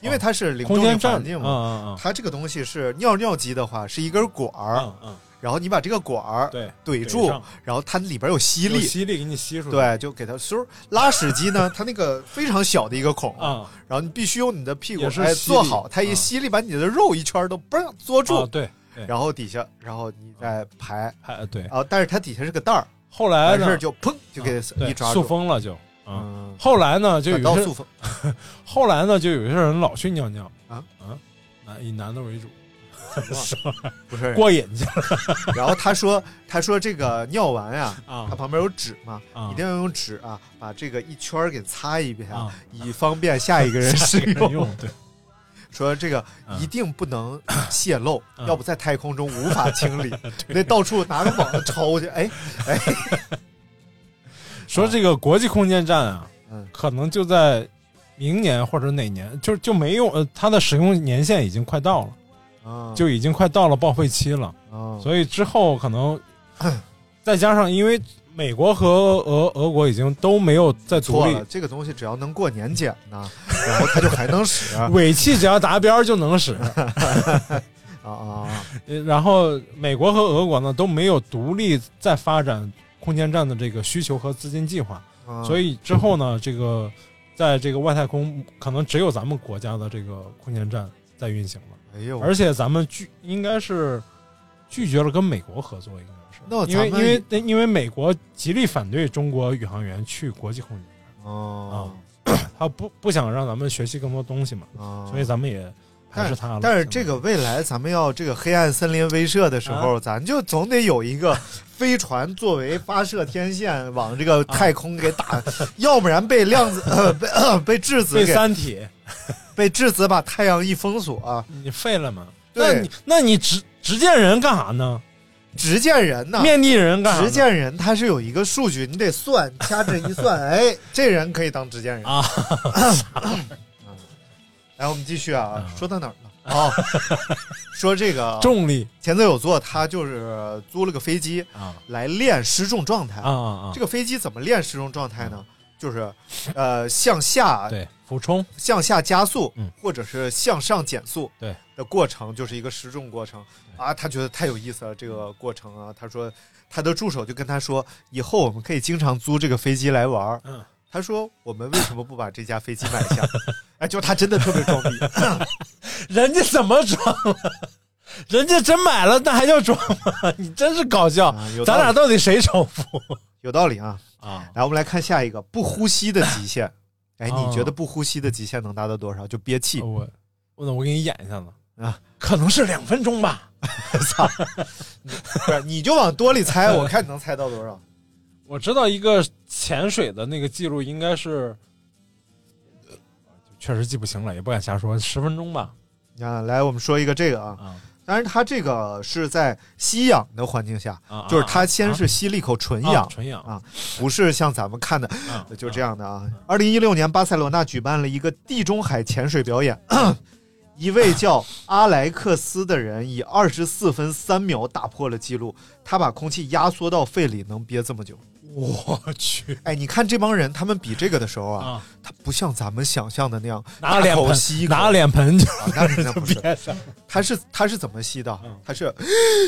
D: 因为它是零
F: 空
D: 重力
F: 间站
D: 环境嘛。
F: 嗯嗯
D: 它这个东西是尿尿机的话，是一根管
F: 嗯
D: 儿，
F: 嗯嗯，
D: 然后你把这个管儿
F: 对，
D: 怼
F: 怼
D: 住
F: 上，
D: 然后它里边有吸
F: 有
D: 力，
F: 吸力给你吸出来，
D: 对，就给它嗖。拉屎机呢，它那个非常小的一个孔，
F: 啊，
D: 然后你必须用你的屁股
F: 也是
D: 哎
F: 吸力
D: 坐好，它一
F: 嗯
D: 吸力把你的肉一圈儿都嘣嘬
F: 啊
D: 住，
F: 对对，
D: 然后底下，然后你再排
F: 还对，
D: 啊，但是它底下是个袋儿，
F: 后来
D: 完
F: 呢
D: 事儿就砰就给
F: 对
D: 一抓
F: 塑
D: 住，
F: 封了就，啊，
D: 嗯，
F: 后来呢就有
D: 反
F: 一
D: 倒
F: 阵
D: 塑封，
F: 后来呢，就有一些人老去尿尿
D: 啊
F: 啊，男以男的为主，
D: 不是。
F: 过瘾去了
D: 然后他说他说这个尿完呀，它
F: 啊
D: 旁边有纸嘛，
F: 啊
D: 一定要用纸啊，把这个一圈儿给擦一遍，
F: 啊，
D: 以方便下一个人 使用。
F: 用对
D: 说这个一定不 能泄露，
F: 嗯
D: 要不在太空中无法清 理，得到处拿个网抄去。哎，
F: 说这个国际空间站啊，
D: 嗯
F: 可能就在明年或者哪年，就就没用，呃，它的使用年限已经快到了，
D: 啊
F: 就已经快到了报废期了，
D: 啊
F: 所以之后 可能再加上因为。美国和俄俄国已经都没有在独
D: 错
F: 立
D: 了，，这个东西只要能过年检呢，然后它就还能 使啊
F: 尾气只要达标就 能使，
D: 啊啊！
F: 呃然后美国和俄国呢都没有独立在发展空间站的这个需求和资金计划，
D: 啊
F: 所以之后呢，这个在这个外太空可能只有咱们国家的这个空间站在运行了，
D: 哎呦，
F: 而且咱们拒应该是拒绝了跟美国合作，应该是
D: 那
F: 因为
D: 咱们
F: 因为因为美国极力反对中国宇航员去国际空间啊
D: 哦
F: 站，他不不想让咱们学习更多东西嘛，
D: 啊，
F: 所以咱们也还是他了。
D: 但是这个未来咱们要这个黑暗森林威慑的时
F: 啊
D: 候，咱就总得有一 个飞船作为发射天线往这
F: 啊
D: 个太空给打，要不然被量子、呃、被、被质子
F: 被
D: 给
F: 三体
D: 被质子把太阳一封锁、啊
F: 你废了吗？
D: 对
F: 那你那你执执剑人干啥呢？
D: 执剑人呢？
F: 面地人干啥呢？
D: 执剑人他是有一个数据，你得算，掐指一 算，哎，这人可以当执剑人
F: 啊。
D: 来，我们继续啊，说到哪儿了？哦， 说这个
F: 重力
D: 前泽有作，他就是租了个飞机
F: 啊
D: 来练失重状态。
F: 啊啊！
D: 这
F: 个
D: 个飞机怎么练失重状态呢？就是，呃，向下
F: 对俯冲
D: 向下加速
F: 嗯，
D: 或者是向上减速，
F: 对
D: 的过程就是一个失重过程啊。他觉得太有意思了，这个过程啊，他说他的助手就跟他说，以后我们可以经常租这个飞机来玩儿。
F: 嗯
D: 他说我们为什么不把这架飞机买 下？哎，就他真的特别装逼。
F: 人家怎么装了？人家真买了，那还叫装吗？你真是搞笑！
D: 啊有道理
F: 咱俩到底谁仇富
D: 有道理啊。
F: 啊？
D: 来，我们来看下一个不呼吸的极限。哎，你
F: 哦
D: 觉得不呼吸的极限能达到多少？就憋气。
F: 我我我给你演一下子
D: 啊，
F: 可能是两分钟吧。
D: 操、不是，你就往多里猜，我看你能猜到多少？
F: 我知道一个潜水的那个记录应该是，确实记不清了，也不敢瞎说，十分钟吧。
D: 啊，来，我们说一个这个啊，
F: 啊
D: 当然它这个是在吸氧的环境下，
F: 啊，
D: 就是它先
F: 啊
D: 是吸了一口纯
F: 啊
D: 氧，
F: 纯氧
D: 啊不是像咱们看的
F: 啊
D: 就这样的啊。二零一六年，巴塞罗那举办了一个地中海潜水表演， 一位叫阿莱克斯的人以二十四分三秒打破了记录，他把空气压缩到肺里能憋这么久。
F: 我去
D: 哎，你看这帮人，他们比这个的时候啊，
F: 啊！
D: 他不像咱们想象的那样，
F: 拿脸
D: 大口
F: 盆
D: 吸一，口
F: 拿脸盆就
D: 啊那那不 是，
F: 憋上
D: 他是他是怎么吸的
F: 嗯？
D: 他是，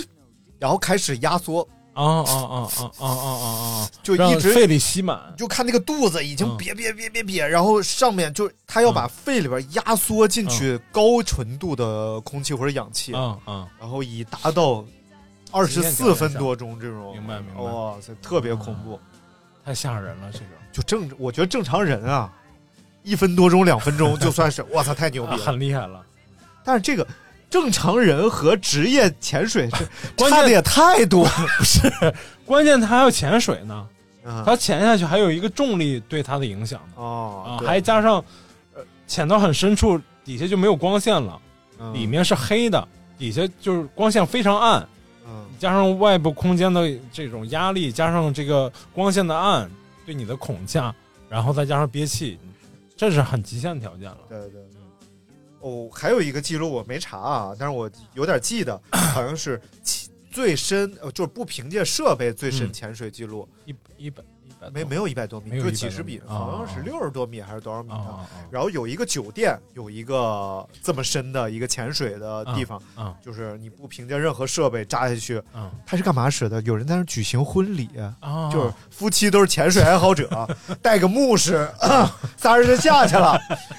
D: 然后开始压缩，
F: 啊啊啊啊啊啊啊啊！
D: 就
F: 让
D: 一直
F: 肺里吸满
D: 你，就看那个肚子已经
F: 嗯
D: 瘪瘪瘪瘪瘪，然后上面就他要把肺里边压缩
F: 嗯
D: 进去高纯度的空气或者氧气，
F: 啊啊！
D: 然后以达到二十四分多钟这种，
F: 明白明白
D: 哇塞，特别恐怖。
F: 太吓人了，这个
D: 就正我觉得正常人啊，一分多钟两分钟就算 是哇塞太 牛逼
F: 啊
D: 了，
F: 很厉害了。
D: 但是这个。正常人和职业潜水是
F: 关键
D: 差的也太多
F: 关键他还要潜水呢，
D: 了。
F: 他潜下去还有一个重力对他的影响呢
D: 哦
F: 啊，，
D: 对
F: 还加上呃潜到很深处，底下就没有光线了，
D: 嗯
F: 里面是黑的，底下就是光线非常暗，
D: 嗯
F: 加上外部空间的这种压力，加上这个光线的暗对你的恐吓，然后再加上憋气，这是很极限条件了。
D: 对对对。哦，还有一个记录我没查啊，但是我有点记 得，好像是起最深，呃就是不凭借设备最深
F: 嗯
D: 潜水记录，
F: 一一百一百
D: 呃没没有一百多米，哦
F: 没有
D: 就
F: 100
D: 几十米，
F: 多米
D: 好像
F: 啊
D: 是六十多米还是多少米
F: 啊
D: 啊？
F: 啊
D: 然后有一个酒店有一个这么深的一个潜水的地方，
F: 啊啊
D: 就是你不凭借任何设备扎下去，
F: 啊
D: 它是干嘛使的？有人在那儿举行婚礼。
F: 啊！
D: 就是夫妻都是潜水爱好者，带个牧师，仨人就下去了，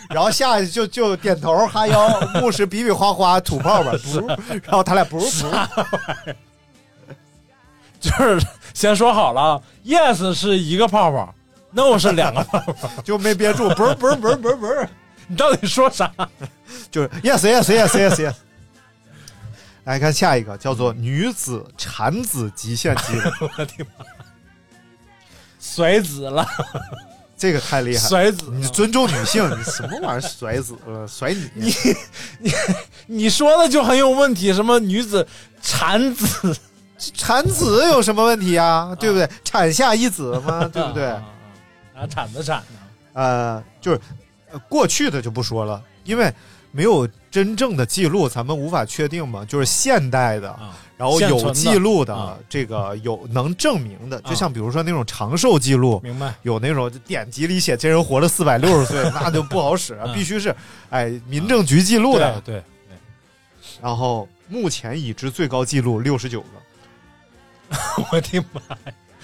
D: 然后下去就就点头哈腰，牧师比比划划吐泡泡，噗，然后他俩噗噗，
F: 就是先说好了，yes 是一个泡泡，no 是两个泡泡，
D: 就没憋住，不是不是不是不是不是，
F: 你到底说啥？
D: 就是 yes yes yes yes yes。来看下一个，叫做女子产子极限记录，
F: 甩子了，
D: 这个太 厉害了。
F: 甩子了
D: 你尊重女性，你什么玩意儿甩子了？甩你？啊 你
F: 你说的就很有问题，什么女子产子，
D: 产子有什么问题啊？对不对？产下一子嘛，对不对
F: 啊？啊啊拿铲子铲呢？
D: 呃，就是、呃过去的就不说了，因为没有真正的记录，咱们无法确定嘛。就是现代的，
F: 啊，
D: 然后
F: 现
D: 有
F: 存的
D: 记录的，
F: 啊
D: 这个有能证明的，就
F: 啊
D: 像比如说那种长寿记录。
F: 明白？
D: 有那种典籍里写这人活了四百六十 岁，那就不好使，啊必须是哎民政局记录的。
F: 嗯对，
D: 然后目前已知最高记录六十九个，
F: 对我的妈！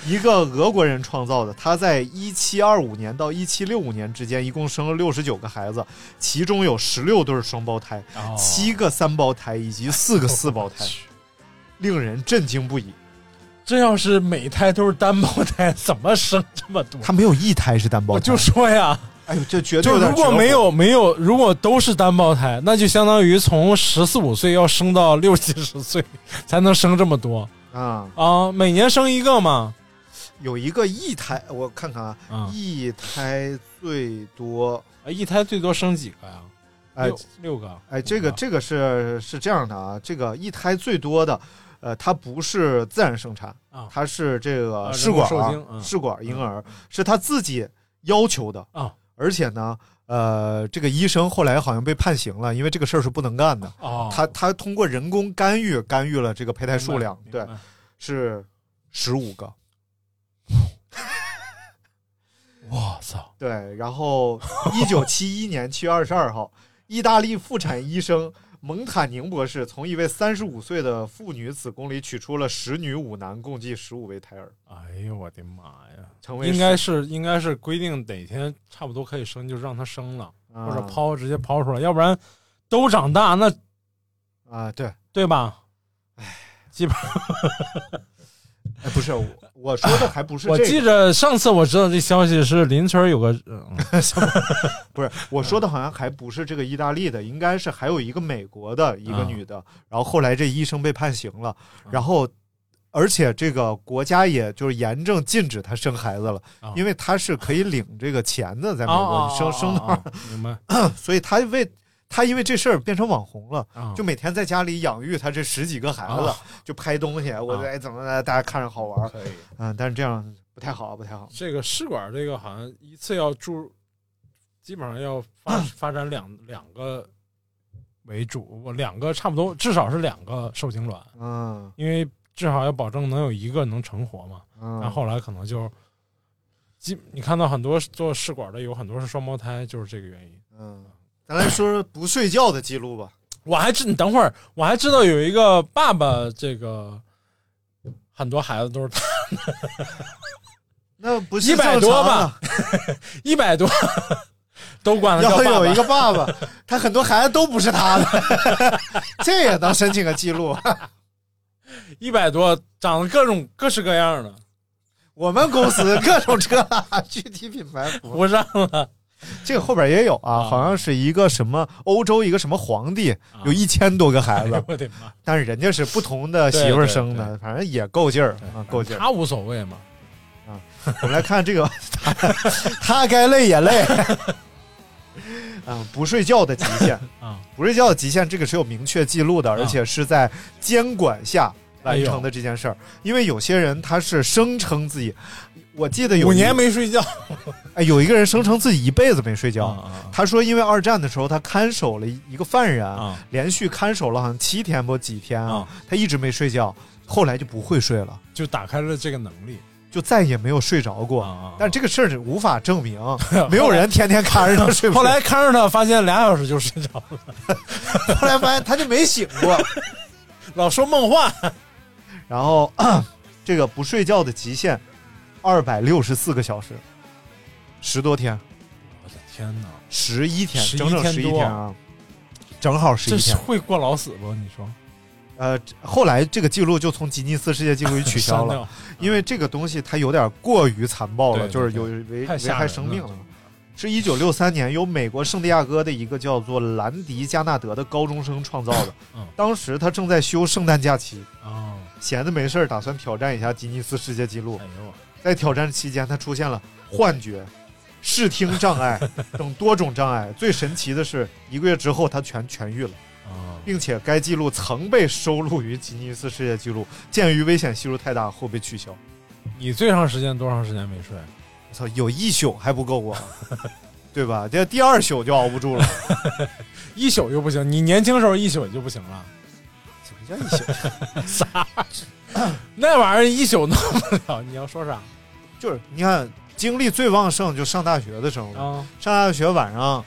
D: 一个俄国人创造的，他在一七二五年到一七六五年之间，一共生了六十九个孩子，其中有十六对儿双胞胎，
F: 哦
D: 七个三胞胎以及四个四胞胎，令人震惊不已。
F: 这要是每胎都是单胞胎，怎么生这么多？
D: 他没有一胎是单胞
F: 我
D: 胎，
F: 就说呀，
D: 哎呦，这绝对
F: 就
D: 有点
F: 如果
D: 绝活
F: 没有没有，如果都是单胞胎，那就相当于从十四五岁要生到六七十岁才能生这么多
D: 啊、
F: 啊！每年生一个嘛，
D: 有一个一胎，我看看啊，
F: 啊，
D: 一胎最多，
F: 一胎最多生几个呀？
D: 哎
F: 六六个。啊
D: 哎，这个
F: 五
D: 这个是是这样的啊，这个一胎最多的，呃，它不是自然生产，
F: 啊
D: 它是这个
F: 啊
D: 试管
F: 人工受精嗯
D: 试管婴儿，是他自己要求的
F: 啊。
D: 而且呢，呃，这个医生后来好像被判刑了，因为这个事儿是不能干的。
F: 哦，
D: 他他通过人工干预干预了这个胚胎数量，
F: 明白
D: 对，是十五 个。
F: 我操，
D: 对，然后一九七一年七月二十二号，意大利妇产医生蒙塔宁博士从一位三十五岁的妇女子宫里取出了十女五男，共计十五位胎儿，
F: 哎呦我的妈呀！
D: 成为
F: 应该是应该是规定哪天差不多可以生，就让他生了，
D: 啊
F: 或者抛直接抛出来，要不然都长大那
D: 啊，对，
F: 对吧？
D: 哎，不是我我说的还不是
F: 我记
D: 这
F: 着上次我知道这消息是邻村有个，嗯
D: 个，什么不是我说的好像还不是这个意大利的，应该是还有一个美国的一个
F: 啊
D: 女的，然后后来这医生被判刑了，然后。而且这个国家也就是严正禁止她生孩子了，
F: 啊
D: 因为她是可以领这个钱的，在美国
F: 哦
D: 你生生
F: 哦
D: 到
F: 哦哦明 白
D: 所以他为他因为这事儿变成网红了，
F: 啊
D: 就每天在家里养育他这十几个孩子，
F: 啊
D: 就拍东西，我
F: 啊
D: 哎怎么的，大家看着好玩儿，
F: 可以。
D: 嗯，但是这样不太好，不太好。
F: 这个试管这个好像一次要注，基本上要 发发展两两个为主，我两个差不多，至少是两个受精卵，
D: 嗯，
F: 因为至少要保证能有一个能成活嘛。
D: 嗯
F: 但后来可能就，基你看到很多做试管的有很多是双胞胎，就是这个原因。
D: 嗯，咱来说说不睡觉的记录吧。
F: 我还知你等会儿，我还知道有一个爸爸，这个很多孩子都是他
D: 那不是
F: 100
D: 正常啊的
F: 多吧？ 一百多都管他
D: 要
F: 叫爸爸。
D: 有一个爸爸，他很多孩子都不是他的， 这也能申请个记录。啊
F: 一百多，长得各种各式各样的，
D: 我们公司各种车，啊具体品牌不
F: 不让了。
D: 这个后边也有啊，
F: 啊
D: 好像是一个什么欧洲一个什么皇帝，
F: 啊
D: 有一千多个孩子，
F: 我的妈，
D: 但是人家是不同的媳妇儿生的，反正也够劲儿啊，够劲儿。
F: 他无所谓嘛。
D: 我们来看这个，他他该累也累。嗯，不睡觉的极限
F: 啊，
D: 啊不睡觉的极限，这个是有明确记录的，而且是在监管下完成的这件事儿，因为有些人他是声称自己，我记得有
F: 五
D: 一
F: 年没睡觉
D: 哎，有一个人声称自己一辈子没睡觉，
F: 啊
D: 他说因为二战的时候他看守了一个犯人，
F: 啊
D: 连续看守了好像七天不几天啊，
F: 啊
D: 他一直没睡觉，后来就不会睡了，
F: 就打开了这个能力。
D: 就再也没有睡着过。
F: 啊
D: 但这个事儿无法证 明，没有人天天看着他睡不着
F: 后来看着他，发现俩小时就睡着了，
D: 后来发现他就没醒过。
F: 老说梦话。
D: 然后 这个不睡觉的极限，二百六十四个小时，十多天，
F: 我的天哪，
D: 十一天，
F: 11
D: 整整
F: 天
D: 十一
F: 多
D: 天啊，正好十一
F: 这是
D: 天。
F: 会过劳死不？你说
D: 呃，后来这个记录就从吉尼斯世界纪录里取消
F: 删
D: 了，因为这个东西它有点过于残暴了，
F: 对对
D: 就是有危
F: 太
D: 危
F: 吓人
D: 害生命了
F: 了。
D: 是一九六三年由美国圣地亚哥的一个叫做兰迪加纳德的高中生创造的
F: 嗯。
D: 当时他正在休圣诞假期，
F: 啊！
D: 闲着没事儿打算挑战一下吉尼斯世界纪录
F: 哎。呦，
D: 在挑战期间，他出现了幻觉、视听障碍等多种障碍。最神奇的是，一个月之后他全痊愈了。
F: 啊，
D: 并且该记录曾被收录于吉尼斯世界纪录，鉴于危险系数太大后被取消。
F: 你最长时间多长时间没睡？
D: 我操，有一宿还不够我，对吧？这第二宿就熬不住了。
F: 一宿就不行，你年轻时候一宿就不行了，
D: 什么叫一宿？
F: 那玩意儿一宿弄不了。 你要说啥
D: 就是你看，精力最旺盛就上大学的时候，
F: 啊？
D: 上大学晚上，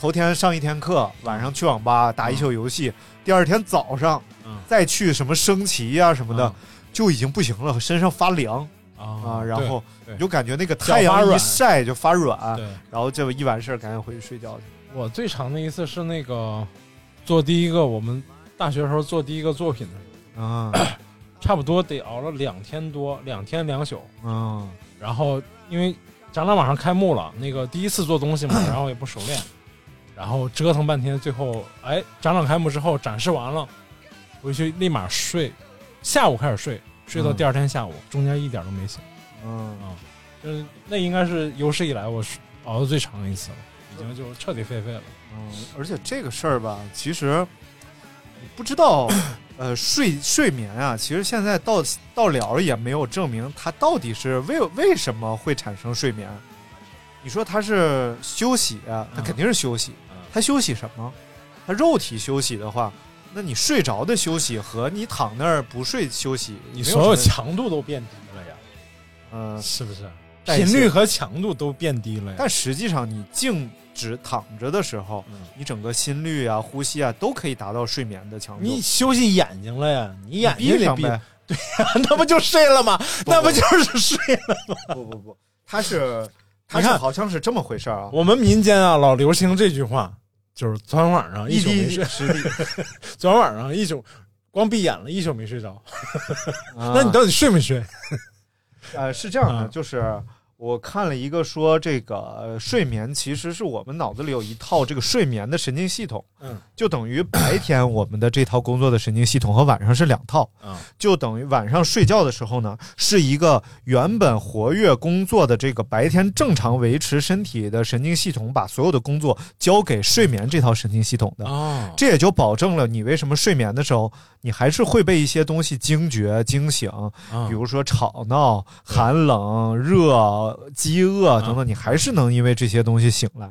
D: 头天上一天课，晚上去网吧打一宿游戏，第二天早上、
F: 嗯
D: 再去什么升旗呀、什
F: 哦
D: 么的，就已经不行了，身上发凉
F: 啊
D: 啊，然后啊
F: 对
D: 你就感觉那个
F: 脚
D: 太
F: 发
D: 阳一
F: 软
D: 晒就发软，
F: 对对，
D: 然后这一完事儿赶紧回去睡觉去。
F: 我最长的一次是那个做第一个我们大学时候做第一个作品的时候，
D: 嗯
F: 差不多得熬了两天多，两天两宿。
D: 嗯
F: 然后因为展览马上开幕了，那个第一次做东西 嘛，然后也不熟练，然后折腾半天，最后哎，展览开幕之后展示完了，回去立马睡，下午开始睡，睡到第二天下午，中间一点都没醒。
D: 嗯，
F: 就是那应该是有史以来我是熬的最长的一次了，已经就彻底废废了。
D: 嗯，而且这个事儿吧，其实你不知道，呃，睡睡眠啊，其实现在到到了也没有证明它到底是为为什么会产生睡眠。你说它是休息，啊它肯定是休息
F: 嗯。
D: 它休息什么？它肉体休息的话，那你睡着的休息和你躺那儿不睡休息，
F: 你
D: 没
F: 所有
D: 什么
F: 强度都变低了呀，
D: 嗯，
F: 是不是？
D: 代谢
F: 频率和强度都变低了呀。
D: 呃但实际上，你静止躺着的时候，
F: 嗯
D: 你整个心率啊、呼吸啊都可以达到睡眠的强度。
F: 你休息眼睛了呀，你眼睛
D: 闭
F: 得
D: 上
F: 闭，
D: 呗？
F: 那不就睡了吗？那不就是睡了？
D: 不不不，它 是它
F: 你看
D: 是好像是这么回事儿啊。
F: 我们民间啊，老流行这句话，就是昨天晚上一
D: 一
F: 宿没
D: 滴
F: 睡，
D: 十 滴，
F: 昨天晚上一宿光闭眼了，一宿没睡着。
D: 啊那
F: 那你到底睡没睡？
D: 呃是这样的，
F: 啊
D: 就是我看了一个说这个呃睡眠其实是我们脑子里有一套这个睡眠的神经系统，
F: 嗯，
D: 就等于白天我们的这套工作的神经系统和晚上是两套，
F: 啊，
D: 就等于晚上睡觉的时候呢，是一个原本活跃工作的这个白天正常维持身体的神经系统，把所有的工作交给睡眠这套神经系统的。
F: 哦，
D: 这也就保证了你为什么睡眠的时候，你还是会被一些东西惊觉、惊醒，
F: 啊
D: 比如说吵闹、寒冷、热、饥饿等等，你还是能因为这些东西醒来。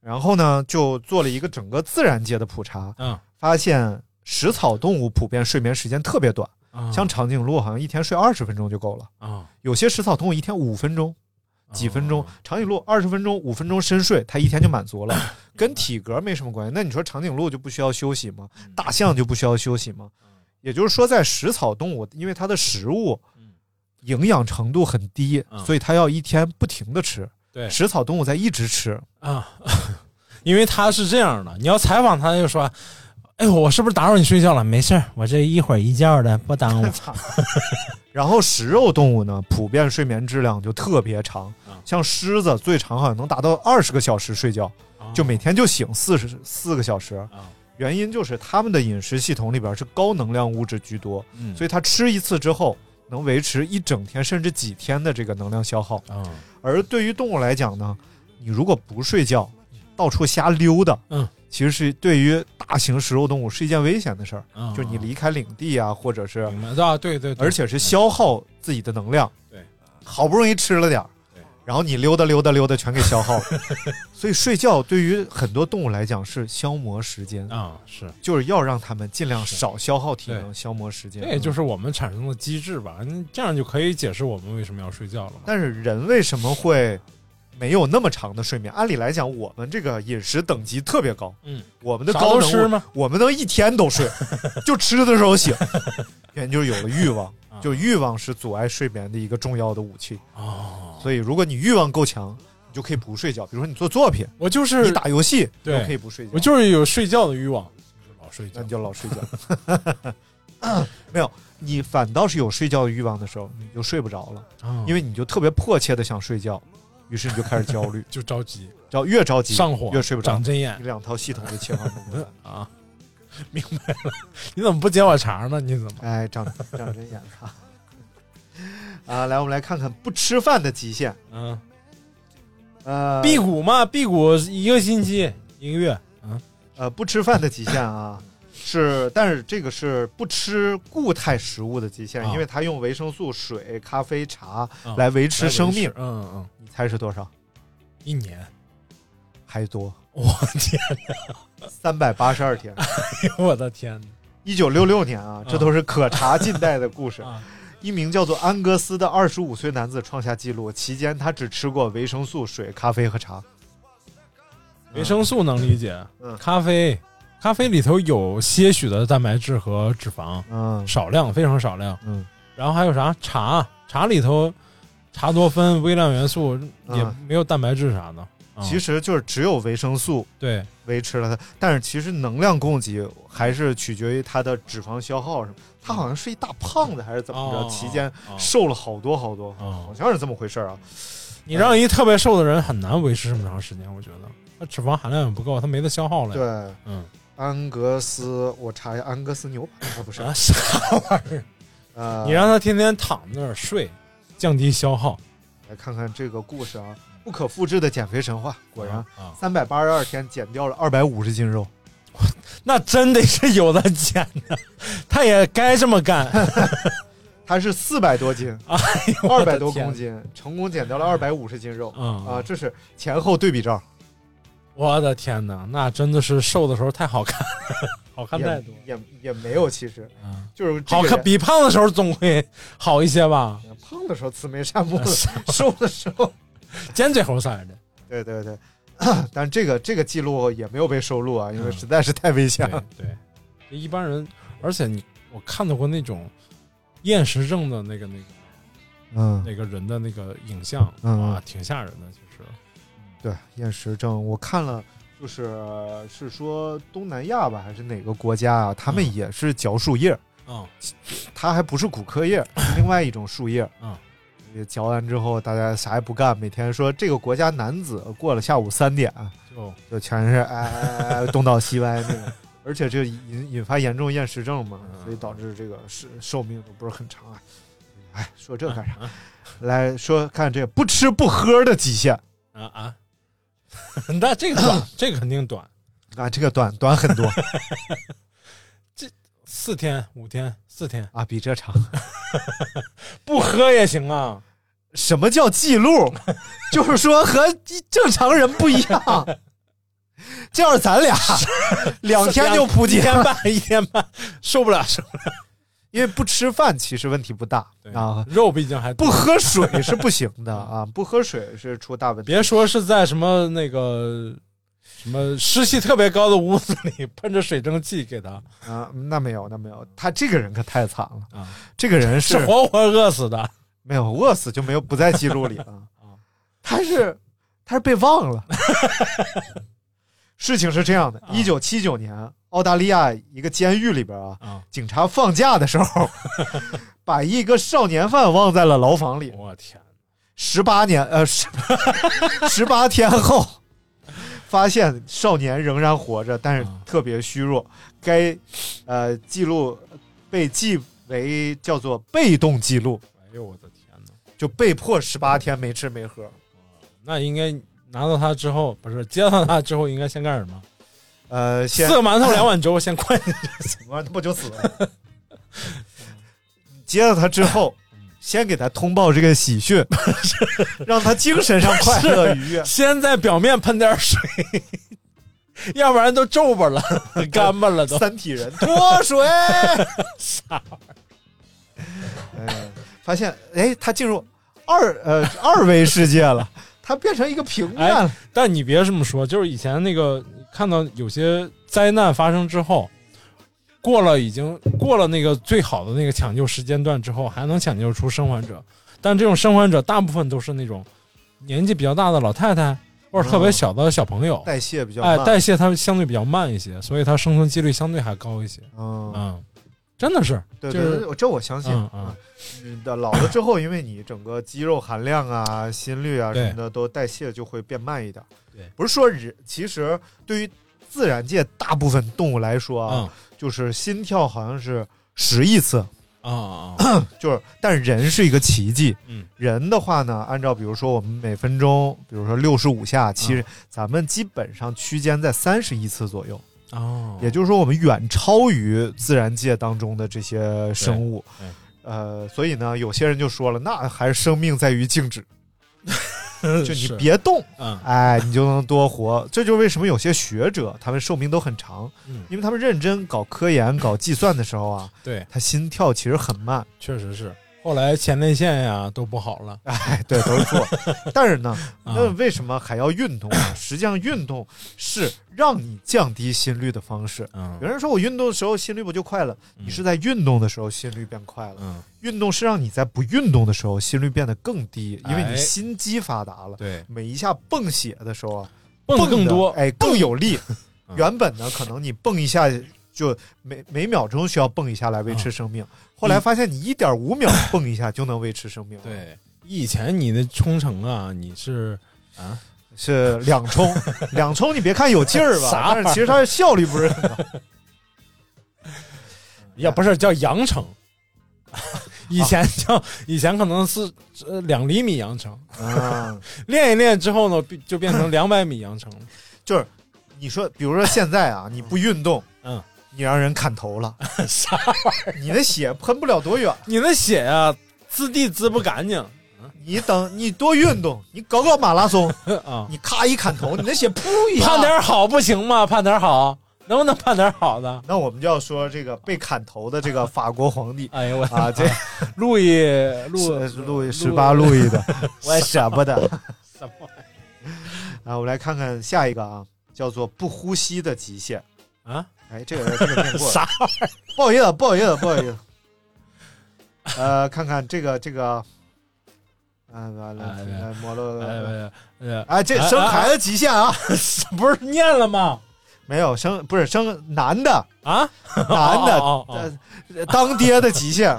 D: 然后呢，就做了一个整个自然界的普查，
F: 嗯
D: 发现食草动物普遍睡眠时间特别短，
F: 啊
D: 像长颈鹿好像一天睡二十分钟就够了，
F: 啊
D: 有些食草动物一天五分钟、几分钟
F: 哦，
D: 长颈鹿二十分钟、五分钟深睡，它一天就满足了，跟体格没什么关系。那你说长颈鹿就不需要休息吗？大象就不需要休息吗？也就是说，在食草动物，因为它的食物
F: 嗯
D: 营养程度很低，
F: 嗯
D: 所以它要一天不停的吃。
F: 对
D: 食草动物在一直吃，
F: 啊， 因为他是这样的，你要采访他，他就说。哎呦，我是不是打扰你睡觉了？没事儿，我这一会儿一觉的，不耽误。
D: 然后食肉动物呢，普遍睡眠质量就特别长，
F: 嗯
D: 像狮子最长好像能达到二十个小时睡觉，
F: 哦
D: 就每天就醒四十四个小时。
F: 啊
D: 原因就是它们的饮食系统里边是高能量物质居多，
F: 嗯
D: 所以它吃一次之后能维持一整天甚至几天的这个能量消耗。
F: 啊，
D: 而对于动物来讲呢，你如果不睡觉，到处瞎溜达，
F: 嗯，
D: 其实是对于大型食肉动物是一件危险的事儿，
F: 嗯
D: 就是你离开领地啊，或者是
F: 明白啊，对对，对
D: 而且是消耗自己的能量。
F: 对，
D: 好不容易吃了点儿，然后你溜达溜达溜达，全给消耗了。 所以睡觉对于很多动物来讲是消磨时间，
F: 啊是，
D: 就是要让它们尽量少消耗体能，
F: 对
D: 消磨时间。嗯
F: 这也就是我们产生的机制吧，嗯这样就可以解释我们为什么要睡觉了嘛。
D: 但是人为什么会没有那么长的睡眠？按理来讲，我们这个饮食等级特别高，
F: 嗯，
D: 我们的
F: 啥
D: 高
F: 都
D: 能
F: 吃吗
D: 我们能一天都 睡，就吃的时候醒，原因就是有了欲望，
F: 啊
D: 就欲望是阻碍睡眠的一个重要的武器。
F: 哦，
D: 所以如果你欲望够强，你就可以不睡觉。比如说你做作品，
F: 我就是
D: 你打游戏，你
F: 对
D: 就可以不睡觉。
F: 我就是有睡觉的欲望，就是老睡觉
D: 那你。就老睡觉。 没有，你反倒是有睡觉的欲望的时候，你就睡不着了，
F: 啊，
D: 因为你就特别迫切的想睡觉，于是你就开始焦虑
F: 就着急
D: 只要越着急
F: 上火，
D: 越睡不着
F: 长。针
D: 你
F: 眼
D: 两套系统就切换不过来。
F: 啊！明白了，你怎么不接我茬呢？你怎么？
D: 哎，长长针眼了。啊，来，我们来看看不吃饭的极限。
F: 嗯，
D: 呃，
F: 辟谷嘛，辟谷一个星期、一个月，嗯，
D: 呃，不吃饭的极限啊，是，但是这个是不吃固态食物的极限，
F: 啊
D: 因为它用维生素、水、咖啡、茶
F: 啊
D: 来维持生命。
F: 嗯嗯，
D: 你猜是多少？
F: 一年，
D: 还多，
F: 我天，
D: 三百八十二天。
F: 我的天
D: 一九六六年啊，这都是可查近代的故事。
F: 啊
D: 一名叫做安格斯的二十五岁男子创下记录，期间他只吃过维生素、水、咖啡和茶。
F: 维生素能理解，
D: 嗯
F: 咖啡，咖啡里头有些许的蛋白质和脂肪，
D: 嗯
F: 少量，非常少量。
D: 嗯，
F: 然后还有啥茶？茶里头茶多酚、微量元素也
D: 啊
F: 没有蛋白质啥的。啊
D: 其实就是只有维生素
F: 对，
D: 维持了它，但是其实能量供给还是取决于它的脂肪消耗什么。他好像是一大胖子还是怎么着，
F: 哦
D: 期间
F: 哦
D: 瘦了好多好多，
F: 哦
D: 好像是这么回事儿啊。
F: 你让一特别瘦的人很难维持这么长时间，我觉得他脂肪含量也不够，他没得消耗了呀。
D: 对，
F: 嗯，
D: 安格斯，我查一下，安格斯牛排啊不 是
F: 啥，啥玩意儿？
D: 呃，
F: 你让他天天躺那儿睡，降低消耗。
D: 来看看这个故事啊，不可复制的减肥神话，果然
F: 啊，
D: 三百八十二天减掉了二百五十斤肉，
F: 那真得是有的减的，他也该这么干。
D: 他是四百多斤，
F: 哎呦
D: 二百多公，
F: 我的天
D: 斤，成功减掉了二百五十斤肉
F: 嗯
D: 啊，这是前后对比照，
F: 我的天哪，那真的是瘦的时候太好看了， 好看太
D: 也
F: 多。
D: 也也没有，其实
F: 嗯，
D: 就是这
F: 好
D: 个
F: 看比胖的时候总会好一些吧？
D: 人 胖的时候慈眉善 目，瘦的时候，
F: 尖嘴猴 腮的，
D: 对对 对。但这个这个记录也没有被收录啊，因
F: 嗯
D: 为实在是太危险了
F: 对。对，一般人，而且你我看到过那种厌食症的那个那个
D: 嗯，
F: 那个人的那个影像，
D: 嗯
F: 哇，挺吓人的，其实
D: 对，厌食症，我看了，就是是说东南亚吧，还是哪个国家啊？他们
F: 嗯
D: 也是嚼树叶，
F: 啊，
D: 它还不是骨科 叶，是另外一种树叶。
F: 嗯，
D: 也嚼完之后，大家啥也不干，每天说这个国家男子过了下午三点，啊
F: 就
D: 就全是哎哎哎东倒西歪那个。 而且这引引发严重厌食症嘛，
F: 嗯
D: 所以导致这个寿寿命都不是很长啊。哎，说这干啥？
F: 啊
D: 来说看这不吃不喝的极限
F: 啊啊， 那这个短，这个肯定短，
D: 啊，这个短短 很多。
F: 四天五天四天
D: 啊，比这长。
F: 不喝也行啊，
D: 什么叫记录？ 就是说和正常人不一样。 这要是咱俩，两天就扑
F: 一
D: 街，
F: 天半一天半，受不了受不了，
D: 因为不吃饭其实问题不大
F: 对
D: 啊，
F: 肉毕竟还
D: 不喝水是不行的啊，不喝水是出大问题。
F: 别说是在什么那个什么湿气特别高的屋子里 喷着水蒸气给他，
D: 啊，那没有，那没有，他这个人可太惨了
F: 啊！
D: 这个人
F: 是
D: 是
F: 活活饿死的。
D: 没有饿死就没有不在记录里了啊他是他是被忘了。事情是这样的，一九七九年，澳大利亚一个监狱里边啊，
F: 啊
D: 警察放假的时候，把一个少年犯忘在了牢房里。
F: 我天，
D: 十八年，呃， 十十八天后，发现少年仍然活着，但是特别虚弱。该呃记录被记为叫做被动记录，
F: 哎呦我的天哪！
D: 就被迫十八天没吃没喝。
F: 那应该拿到它之后，不是接到它之后，应该先干什么？
D: 呃，
F: 四
D: 先
F: 个馒头两碗粥，先灌进去。
D: 怎么他不就死了？ 接到他之后，先给他通报这个喜讯， 让他精神上快乐愉悦。
F: 先在表面喷点水， 要不然都皱巴了，干巴了都。
D: 三体 人脱 水，
F: 啥
D: 哎呀，发现哎，他进入二呃二维世界了，他变成一个平
F: 哎
D: 面了。
F: 但你别这么说，就是以前那个看到有些灾难发生之后，过了已经过了那个最好的那个抢救时间段之后，还能抢救出生还者，但这种生还者大部分都是那种年纪比较大的老太太或者特别小的小朋友，
D: 代谢比较
F: 哎
D: 慢，，
F: 代谢它相对比较慢一些，所以它生存几率相对还高一些。
D: 嗯，
F: 嗯，真的是，
D: 对
F: 就是
D: 对，这我相信
F: 嗯嗯
D: 啊。嗯的老了之后，因为你整个肌肉含量啊、心率啊
F: 对
D: 什么的都代谢就会变慢一点。
F: 对，
D: 不是说人，其实对于自然界大部分动物来说啊，
F: 嗯
D: 就是心跳好像是十亿次，
F: 啊啊
D: 就是，但是人是一个奇迹。
F: 嗯，
D: 人的话呢，按照比如说我们每分钟，比如说六十五下，其
F: 啊
D: 实、咱们基本上区间在三十亿次左右。
F: 哦，
D: 也就是说，我们远超于自然界当中的这些生物
F: 对对。
D: 呃，所以呢，有些人就说了，那还是生命在于静止，就你别动，
F: 嗯
D: 哎，你就能多活。 这就是为什么有些学者他们寿命都很长，
F: 嗯
D: 因为他们认真搞科研、搞计算的时候啊，
F: 对，
D: 他心跳其实很慢，
F: 确实是。后来前列腺呀都不好了，
D: 哎，对，都是 错。但是呢，
F: 啊
D: 那为什么还要运动呢？实际上，运动是让你降低心率的方式。有
F: 嗯
D: 人说我运动的时候心率不就快了？你是在运动的时候心率变快了。
F: 嗯，
D: 运动是让你在不运动的时候心率变得更低，因为
F: 哎
D: 你心肌发达了。
F: 对，
D: 每一下蹦血的时候啊，
F: 蹦得
D: 蹦
F: 更
D: 得
F: 多，
D: 哎，更有力
F: 嗯。
D: 原本呢，可能你蹦一下就每每秒钟需要蹦一下
F: 嗯
D: 来维持生命，后来发现你一点五秒蹦一下就能维持生命了，
F: 对，以前你的冲绳啊，你是
D: 是两 冲，两冲你别看有劲儿
F: 啥
D: 吧，
F: 玩意
D: 但
F: 儿
D: 是其实它的效率不是很高。哎
F: 也不是叫 羊城，以前叫、以前可能是呃两厘米羊城，
D: 啊，
F: 练一练之后呢，变就变成两百米羊城了。
D: 就是你说，比如说现在啊，你不运动，
F: 嗯，
D: 你让人砍头了，
F: 啥？
D: 你的血喷不了多远，
F: 你那血呀、滋地滋不干净
D: 你等你多运动，你搞搞马拉松，
F: 啊！
D: 你咔一砍头，你的血噗一下。
F: 盼点好不行吗？盼点好，能不能盼点好的？
D: 那我们就要说这个被砍头的这个法国皇帝
F: 哎呦我
D: 啊，这
F: 路易路
D: 是路易十八路易 的，我舍不得。
F: 什么玩
D: 啊，我们来看看下一个啊，叫做不呼吸的极限。
F: 意儿啊？
D: 哎，这个这个念过了，
F: 啥
D: 不好意思，不好意思，不好意思。 呃，看看这个这个，嗯，完了，
F: 哎哎哎
D: 来摩洛哥，
F: 呃呃，
D: 哎，这生孩子极限啊，
F: 不是念了吗？
D: 没有生不是生男的
F: 啊，
D: 男的
F: 哦哦哦
D: 呃当爹的极限。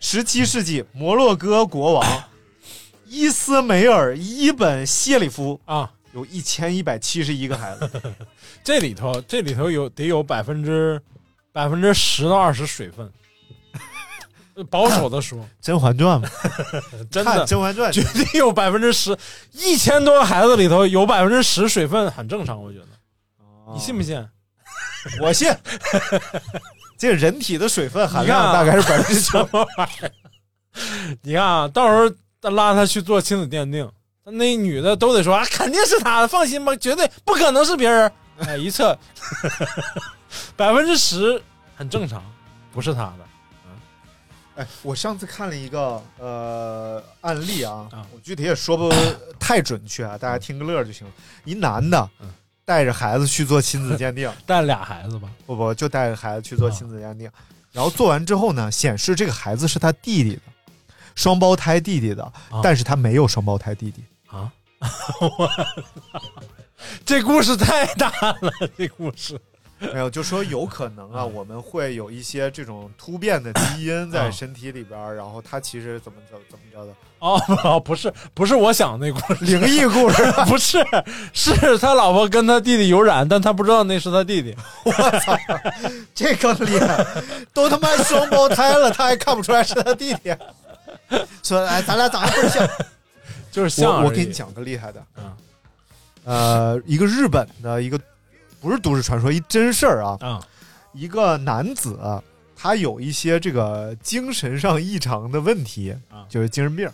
D: 十七世纪摩洛哥国王伊斯梅尔伊本谢里夫
F: 啊！
D: 有一千一百七十一个孩子，
F: 这里头这里头有得有百分之百分之十到二十水分，保守的 说，
D: 《甄嬛传》嘛，
F: 真
D: 看《
F: 的
D: 甄 嬛传》
F: 绝对有百分之十，一千多个孩子里头有百分之十水分很正常，我觉得，你信不信？
D: 我信。这人体的水分含
F: 你看
D: 量
F: 啊
D: 大概 是百分之
F: 什
D: 九
F: 么玩意儿？哎你看啊，到时候拉他去做亲子鉴定，那女的都得说啊，肯定是他的，放心吧，绝对不可能是别人。哎，一测 百分之十很正常，不是他的
D: 哎，我上次看了一个呃案例啊
F: 啊，
D: 我具体也说不太准确啊，大家听个乐儿就行了。一男的
F: 嗯
D: 带着孩子去做亲子鉴定，
F: 带俩孩子吧？
D: 不不，就带着孩子去做亲子鉴定，然后做完之后呢，显示这个孩子是他弟弟的，双胞胎弟弟的，但是他没有双胞胎弟 弟。
F: 啊！我这故事太大了，这故事
D: 没有，就说有可能啊，我们会有一些这种突变的基因在身体里边儿，然后他其实怎么怎么怎么着的
F: 哦不不是不是我想的那故事，
D: 灵异故事。
F: 不是是他老婆跟他弟弟有染，但他不知道那是他弟弟。
D: 我操， 这更厉害，都他妈双胞胎了，他还看不出来是他弟弟。 说哎，咱俩长得倍儿像。
F: 就是像
D: 我我
F: 而已
D: 给你，讲个厉害的，
F: 嗯
D: 呃，一个日本的一个不是都市传说，一真事儿啊。
F: 嗯
D: 一个男子，他有一些这个精神上异常的问题，
F: 啊
D: 就是精神病。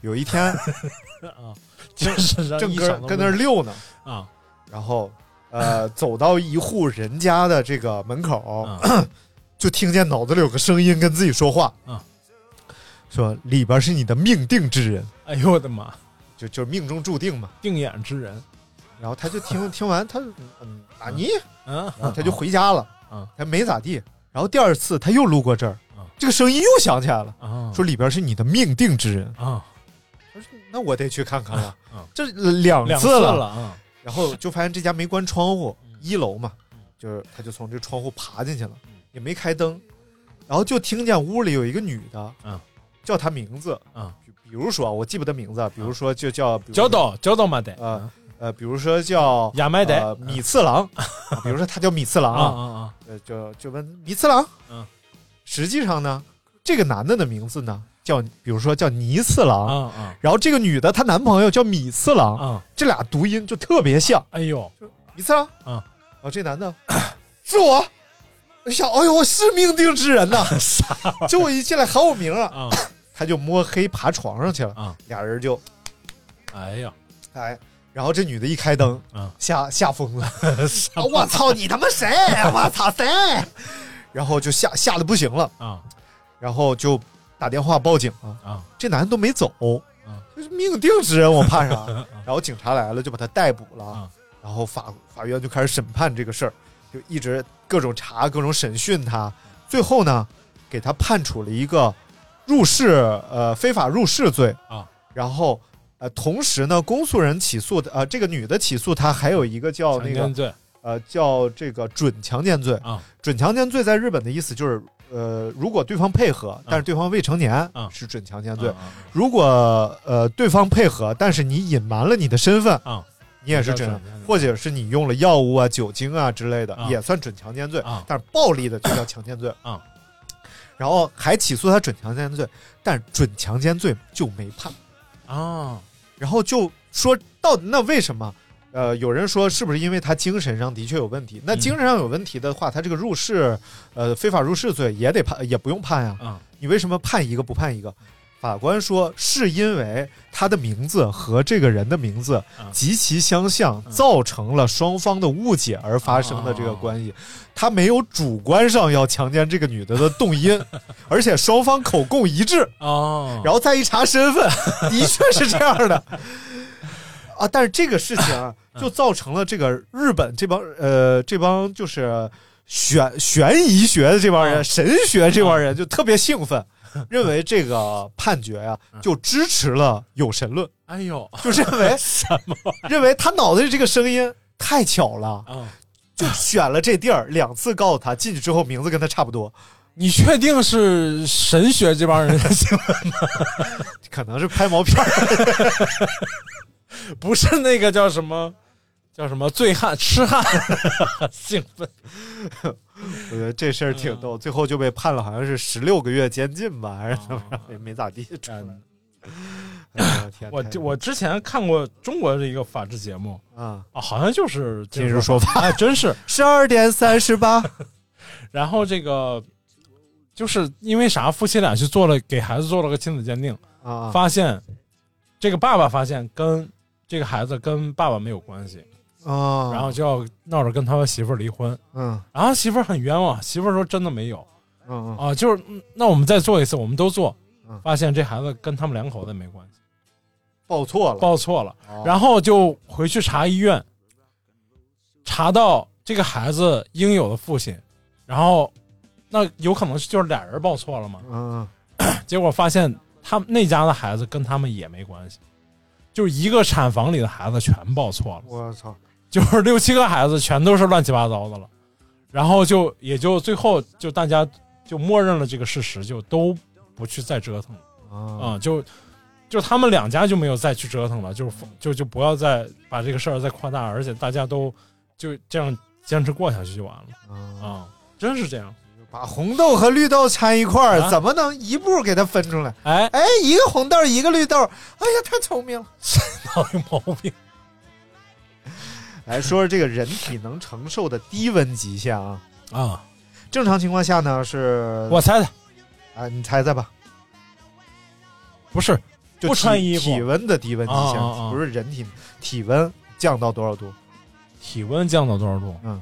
D: 有一天，
F: 啊，就 是让
D: 正
F: 一
D: 跟
F: 想到
D: 跟那儿溜呢，
F: 啊
D: 然后呃，走到一户人家的这个门口，
F: 嗯
D: 就听见脑子里有个声音跟自己说话，
F: 啊
D: 说里边是你的命定之人，
F: 哎呦我的妈，
D: 就就是命中注定嘛。
F: 定眼之人，
D: 然后他就 听听完，他嗯，纳尼，
F: 嗯，
D: 然后他就回家了，
F: 啊
D: 他没咋地。然后第二次他又路过这儿，
F: 嗯
D: 这个声音又响起来了，
F: 啊
D: 说里边是你的命定之人。
F: 啊
D: 那我得去看看了
F: 啊啊，
D: 这两
F: 两
D: 次
F: 了啊，
D: 然后就发现这家没关窗户，
F: 嗯
D: 一楼嘛，就是他就从这窗户爬进去了，
F: 嗯
D: 也没开灯，然后就听见屋里有一个女的，
F: 嗯
D: 叫她名字，
F: 嗯
D: 比比如说啊我记不得名字啊，比如说就叫，比如
F: 教
D: 说
F: 导教导嘛得
D: 呃呃，比如说叫
F: 亚麦得嗯
D: 呃米次郎，啊比如说他叫米次郎
F: 啊
D: 啊，
F: 啊啊，
D: 呃就就问米次郎，
F: 嗯，
D: 实际上呢，这个男的的名字呢叫，比如说叫尼次郎，
F: 啊啊
D: 然后这个女的她男朋友叫米次郎，
F: 啊！
D: 这俩读音就特别像。
F: 哎呦，
D: 米次郎，
F: 嗯
D: 啊，然后这男的 是我，我想，哎呦，我是命定之人 呐！就我一进来喊我名啊，
F: 啊，
D: 他就摸黑爬床上去了，
F: 啊
D: 俩人就
F: 哎呀，
D: 哎，然后这女的一开灯，
F: 嗯
D: 吓吓疯了， 啊我操你他妈谁？我操谁？ 然后就吓吓得不行了，
F: 啊
D: 然后就打电话报警啊，
F: 啊
D: 这男的都没走，
F: 嗯
D: 就是命定之人，我怕
F: 啊
D: 啥？然后警察来了，就把他逮捕了，
F: 嗯
D: 然后法法院就开始审判这个事儿，就一直各种查、各种审讯他，最后呢，给他判处了一个入室呃非法入室罪
F: 啊，
D: 然后呃同时呢，公诉人起诉的呃这个女的起诉他还有一个叫哦那
F: 强
D: 个
F: 奸罪
D: 呃叫这个准强奸罪
F: 啊，
D: 准强奸罪在日本的意思就是。呃，如果对方配合，
F: 嗯
D: 但是对方未成年，
F: 啊
D: 是准强奸罪。
F: 啊啊
D: 如果呃对方配合，但是你隐瞒了你的身份，
F: 啊
D: 你也是准
F: 那叫准，
D: 或者是你用了药物啊、酒精啊之类的，
F: 啊
D: 也算准强奸罪。
F: 啊
D: 但是暴力的就叫强奸罪
F: 啊。
D: 然后还起诉他准强奸罪，但是准强奸罪就没判。
F: 啊
D: 然后就说到底那为什么？呃，有人说是不是因为他精神上的确有问题？那精神上有问题的话，他这个入室，呃，非法入室罪也得判，也不用判呀。
F: 啊
D: 你为什么判一个不判一个？法官说是因为他的名字和这个人的名字
F: 啊
D: 极其相像，造成了双方的误解而发生的这个关系。他没有主观上要强奸这个女的的动因，而且双方口供一致，
F: 啊！
D: 然后再一查身份，的确是这样的。啊，但是这个事情啊，就造成了这个日本这帮呃这帮就是玄悬疑学的这帮人、神学这帮人就特别兴奋，认为这个判决呀、就支持了有神论，
F: 哎呦
D: 就认 为认为他脑子里这个声音太巧了，
F: 啊！
D: 就选了这地儿，两次告诉他进去之后名字跟他差不多，
F: 你确定是神学这帮人 的新闻，
D: 可能是拍毛片儿。
F: 不是那个叫什么叫什么醉汉痴汉 兴奋
D: 我觉得这事儿挺逗，最后就被判了，好像是十六个月监禁吧，还是怎么着，也没咋地出来。哦哎呦 天
F: 我
D: 太
F: 我之前看过中国的一个法制节目
D: 啊，
F: 啊，好像就是
D: 今日说
F: 法，哎，真是。
D: 十二点三十 八，
F: 然后这个就是因为啥，夫妻俩去做了给孩子做了个亲子鉴定，
D: 啊
F: 发现这个爸爸发现跟这个孩子跟爸爸没有关系，
D: 啊，
F: 然后就要闹着跟他媳妇儿离婚。
D: 嗯
F: 然后媳妇儿很冤枉，媳妇儿说真的没有
D: 嗯嗯
F: 啊，就是嗯那我们再做一次，我们都做
D: 嗯，
F: 发现这孩子跟他们两口子没关系，
D: 报错了，
F: 报错了，
D: 哦
F: 然后就回去查医院，查到这个孩子应有的父亲，然后那有可能就是俩人报错了嘛，
D: 嗯
F: 结果发现他们那家的孩子跟他们也没关系，就是一个产房里的孩子全报错了
D: 嗯，，我操，
F: 就是六七个孩子全都是乱七八糟的了，然后就也就最后就大家就默认了这个事实，就都不去再折腾了
D: 啊
F: 啊、就就他们两家就没有再去折腾了，就是就就不要再把这个事儿再扩大，而且大家都就这样坚持过下去就完了啊、
D: 啊，
F: 真是这样，
D: 把红豆和绿豆掺一块儿，
F: 啊
D: 怎么能一步给它分出来？
F: 哎，
D: 哎，一个红豆，一个绿豆，哎呀，太聪明了。
F: 闹有毛病，
D: 来说说这个人体能承受的低温极限啊。
F: 啊，
D: 正常情况下呢是，
F: 我猜猜，
D: 啊，你猜猜吧，
F: 不是
D: 就
F: 不
D: 体
F: 穿衣服
D: 体温的低温极限，
F: 啊啊啊
D: 不是人体体温降到多少度？
F: 体温降到多少度？
D: 嗯，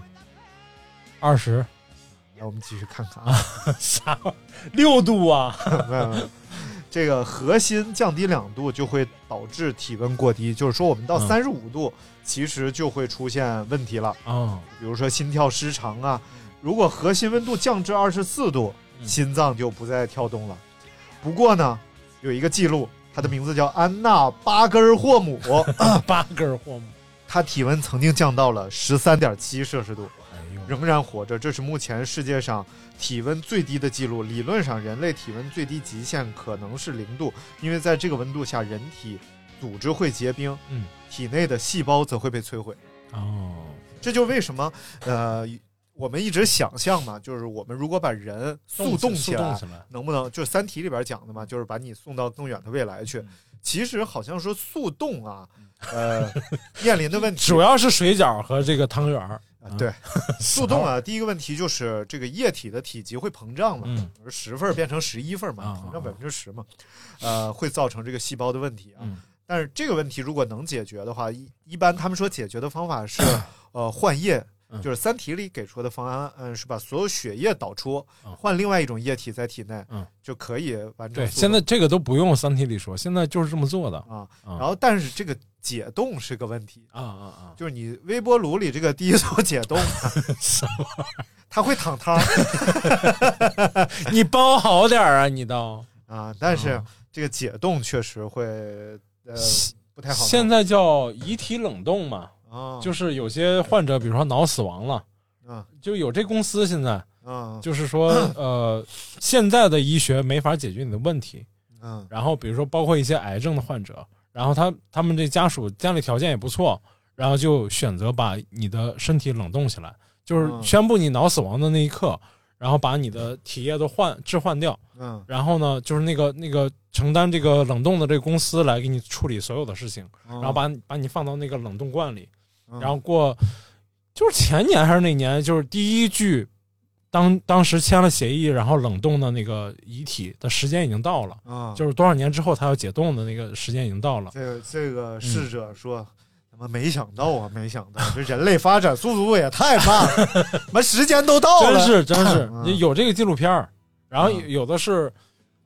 F: 二 十
D: 来，我们继续看看 啊，
F: 啥玩意儿？六度啊？
D: 没有没有这个核心降低两度就会导致体温过低，就是说我们到
F: 嗯
D: 三十五度，其实就会出现问题了。
F: 啊，
D: 比如说心跳失常啊。如果核心温度降至二十四度，
F: 嗯
D: 心脏就不再跳动了。不过呢，有一个记录，她的名字叫安娜·巴根儿霍姆，
F: 八根货木。
D: 她体温曾经降到了十三点七摄氏度，
F: 哎呦，
D: 仍然活着。这是目前世界上体温最低的记录。理论上，人类体温最低极限可能是零度，因为在这个温度下，人体组织会结冰，
F: 嗯
D: 体内的细胞则会被摧毁。
F: 哦，
D: 这就是为什么，呃，我们一直想象嘛，就是我们如果把人速冻起
F: 速
D: 来，
F: 冻起来，
D: 能不能就是《三体》里边讲的嘛，就是把你送到更远的未来
F: 嗯
D: 去。其实好像说速冻啊，呃，面临的问题
F: 主要是水饺和这个汤圆儿。
D: 啊对速冻啊，第一个问题就是这个液体的体积会膨胀嘛
F: 嗯，
D: 十份儿变成十一份儿嘛
F: 啊，
D: 膨胀
F: 啊
D: 百分之十嘛，呃，会造成这个细胞的问题啊。
F: 嗯
D: 但是这个问题如果能解决的话，一一般他们说解决的方法 是呃换液，
F: 嗯
D: 就是《三体》里给出的方案，嗯，是把所有血液导出
F: 嗯，
D: 换另外一种液体在体内
F: 嗯，
D: 就可以完成
F: 对，
D: 速
F: 现在
D: 冻
F: 这个都不用《三体》里说，现在就是这么做的。
D: 啊，
F: 然
D: 然后但是这个解冻是个问题，
F: 啊啊啊！
D: 就是你微波炉里这个低速解冻，它会淌汤
F: 你包好点儿啊，你倒。
D: 啊，但是
F: 啊
D: 这个解冻确实会呃不太好弄。
F: 现在叫遗体冷冻嘛，
D: 啊，
F: 就是有些患者，比如说脑死亡了，
D: 啊
F: 就有这公司现在
D: 啊
F: 就是说，呃，现在的医学没法解决你的问题。
D: 嗯
F: 然后比如说包括一些癌症的患者，然后他他们这家属家里条件也不错，然后就选择把你的身体冷冻起来，就是
D: 嗯
F: 宣布你脑死亡的那一刻，然后把你的体液都换置换掉，
D: 嗯
F: 然后呢，就是那个那个承担这个冷冻的这个公司来给你处理所有的事情，
D: 嗯，
F: 然后把你把你放到那个冷冻罐里，
D: 嗯
F: 然后过就是前年还是那年，就是第一具当当时签了协议，然后冷冻的那个遗体的时间已经到了。
D: 啊，
F: 就是多少年之后它要解冻的那个时间已经到了。
D: 这个这
F: 嗯
D: 个逝者说。他妈没想到啊！没想到，这人类发展速度也太慢了，妈时间都到
F: 真
D: 了。
F: 是真是
D: 嗯
F: 有这个纪录片儿，然后有
D: 嗯
F: 有的是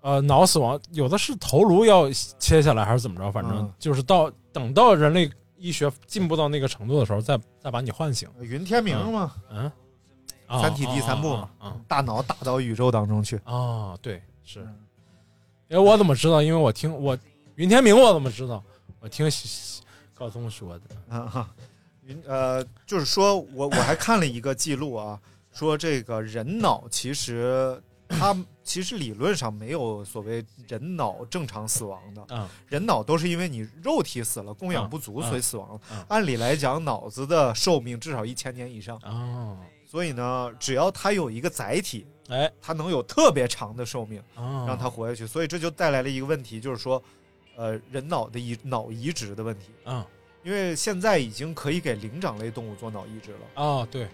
F: 呃脑死亡，有的是头颅要切下来还是怎么着，反正
D: 嗯
F: 就是到等到人类医学进步到那个程度的时候，再再把你唤醒。
D: 云天明嘛，
F: 嗯，
D: 《
F: 啊
D: 三体》第三部嘛嗯
F: 啊，啊
D: 大脑打到宇宙当中去。
F: 啊啊对是。
D: 嗯
F: 哎，我怎么知道？因为我听我云天明，我怎么知道？我听高松说的。
D: 啊哈，云 呃，就是说我我还看了一个记录啊，说这个人脑其实它其实理论上没有所谓人脑正常死亡的，
F: 嗯
D: 人脑都是因为你肉体死了，供氧不足
F: 嗯嗯
D: 所以死亡。
F: 嗯
D: 按理来讲，脑子的寿命至少一千年以上，
F: 哦，
D: 所以呢，只要它有一个载体，
F: 哎，
D: 它能有特别长的寿命，
F: 哦
D: 让它活下去。所以这就带来了一个问题，就是说，呃，人脑的移脑移植的问题。
F: 嗯
D: 因为现在已经可以给灵长类动物做脑移植了。啊
F: 哦对，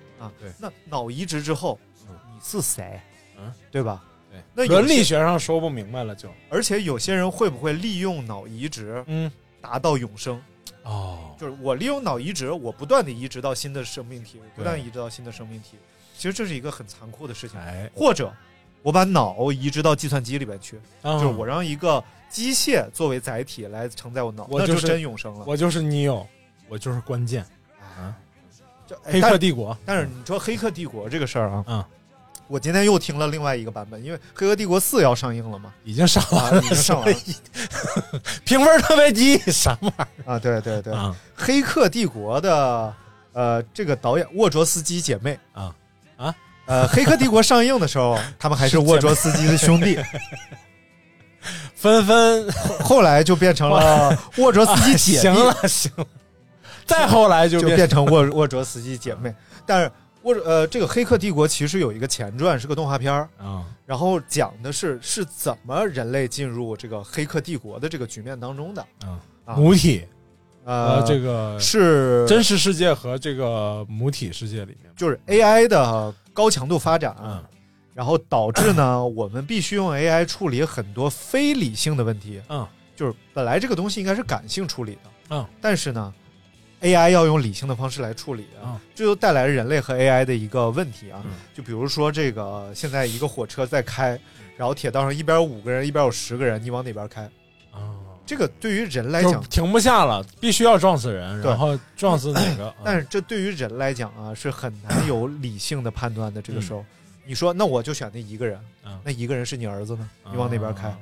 D: 那脑移植之后，
F: 嗯
D: 你是谁？
F: 嗯，
D: 对吧？
F: 对，
D: 那有
F: 伦理
D: 些
F: 学上说不明白了就，
D: 而且有些人会不会利用脑移植
F: 嗯，
D: 达到永生？
F: 哦，
D: 就是我利用脑移植，我不断的移植到新的生命体，我不
F: 对
D: 断地移植到新的生命体。其实这是一个很残酷的事情。
F: 哎，
D: 或者，我把脑移植到计算机里边去，
F: 就
D: 就是我，让一个机械作为载体来承载我脑，
F: 我
D: 那
F: 就是
D: 真永生了。
F: 我就是 neo，我就是关键，
D: 这哎
F: 黑
D: 但
F: 客帝国，
D: 但是你说《黑客帝国》这个事儿啊，
F: 嗯，
D: 我今天又听了另外一个版本，因为《黑客帝国四》要上映了 嘛，
F: 已经上
D: 啊
F: 完，了，
D: 已经上完了
F: 评分特别低，什么玩意
D: 啊，对对对，
F: 儿啊？
D: 黑客帝国》的呃这个导演沃卓斯基姐妹
F: 啊啊，
D: 呃，《黑客帝国》上映的时候，他们还是沃卓斯基的兄 弟，
F: 纷纷
D: 后来就变成了沃卓斯基姐
F: 行
D: 弟，
F: 了行了，再后来就
D: 就
F: 变
D: 变成沃沃卓斯基姐妹，但是。沃呃，这个《黑客帝国》其实有一个前传，是个动画片儿，
F: 啊
D: 然后讲的是是怎么人类进入这个黑客帝国的这个局面当中的。
F: 啊
D: 啊
F: 母体
D: 呃，
F: 这个
D: 是
F: 真实世界和这个母体世界里面，嗯
D: 就是 AI 的高强度发展，啊然后导致 呢，我们必须用 AI 处理很多非理性的问题。
F: 嗯，
D: 就是本来这个东西应该是感性处理的，
F: 嗯，
D: 但是呢，AI 要用理性的方式来处理
F: 嗯，
D: 这就带来人类和 AI 的一个问题啊
F: 嗯。
D: 就比如说这个现在一个火车在开，然后铁道上一边有五个人，一边有十个人，你往哪边开？
F: 啊，
D: 这个对于人来
F: 就
D: 讲，
F: 停不下了，必须要撞死人，
D: 对
F: 然后撞死哪个？
D: 但
F: 嗯
D: 是这对于人来讲啊，是很难有理性的判断的。这个时候，你说那我就选那一个人，
F: 嗯
D: 那一个人是你儿子呢，你往那边开
F: 啊，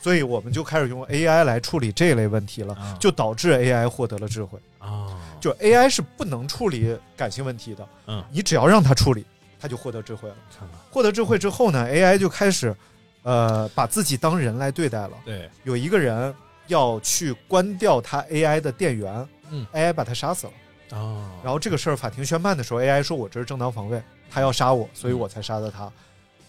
D: 所以我们就开始用 AI 来处理这类问题了，
F: 啊
D: 就导致 AI 获得了智慧。
F: 啊，
D: 就 AI 是不能处理感性问题的，
F: 嗯
D: 你只要让它处理，它就获得智慧了。
F: 看看
D: 获得智慧之后呢，AI 就开始，呃，把自己当人来对待了。
F: 对，
D: 有一个人要去关掉他 AI 的电源，
F: 嗯
D: ，AI 把他杀死了。
F: 啊，
D: 然后这个事儿法庭宣判的时候，AI 说我这是正当防卫，他要杀我，所以我才杀的他，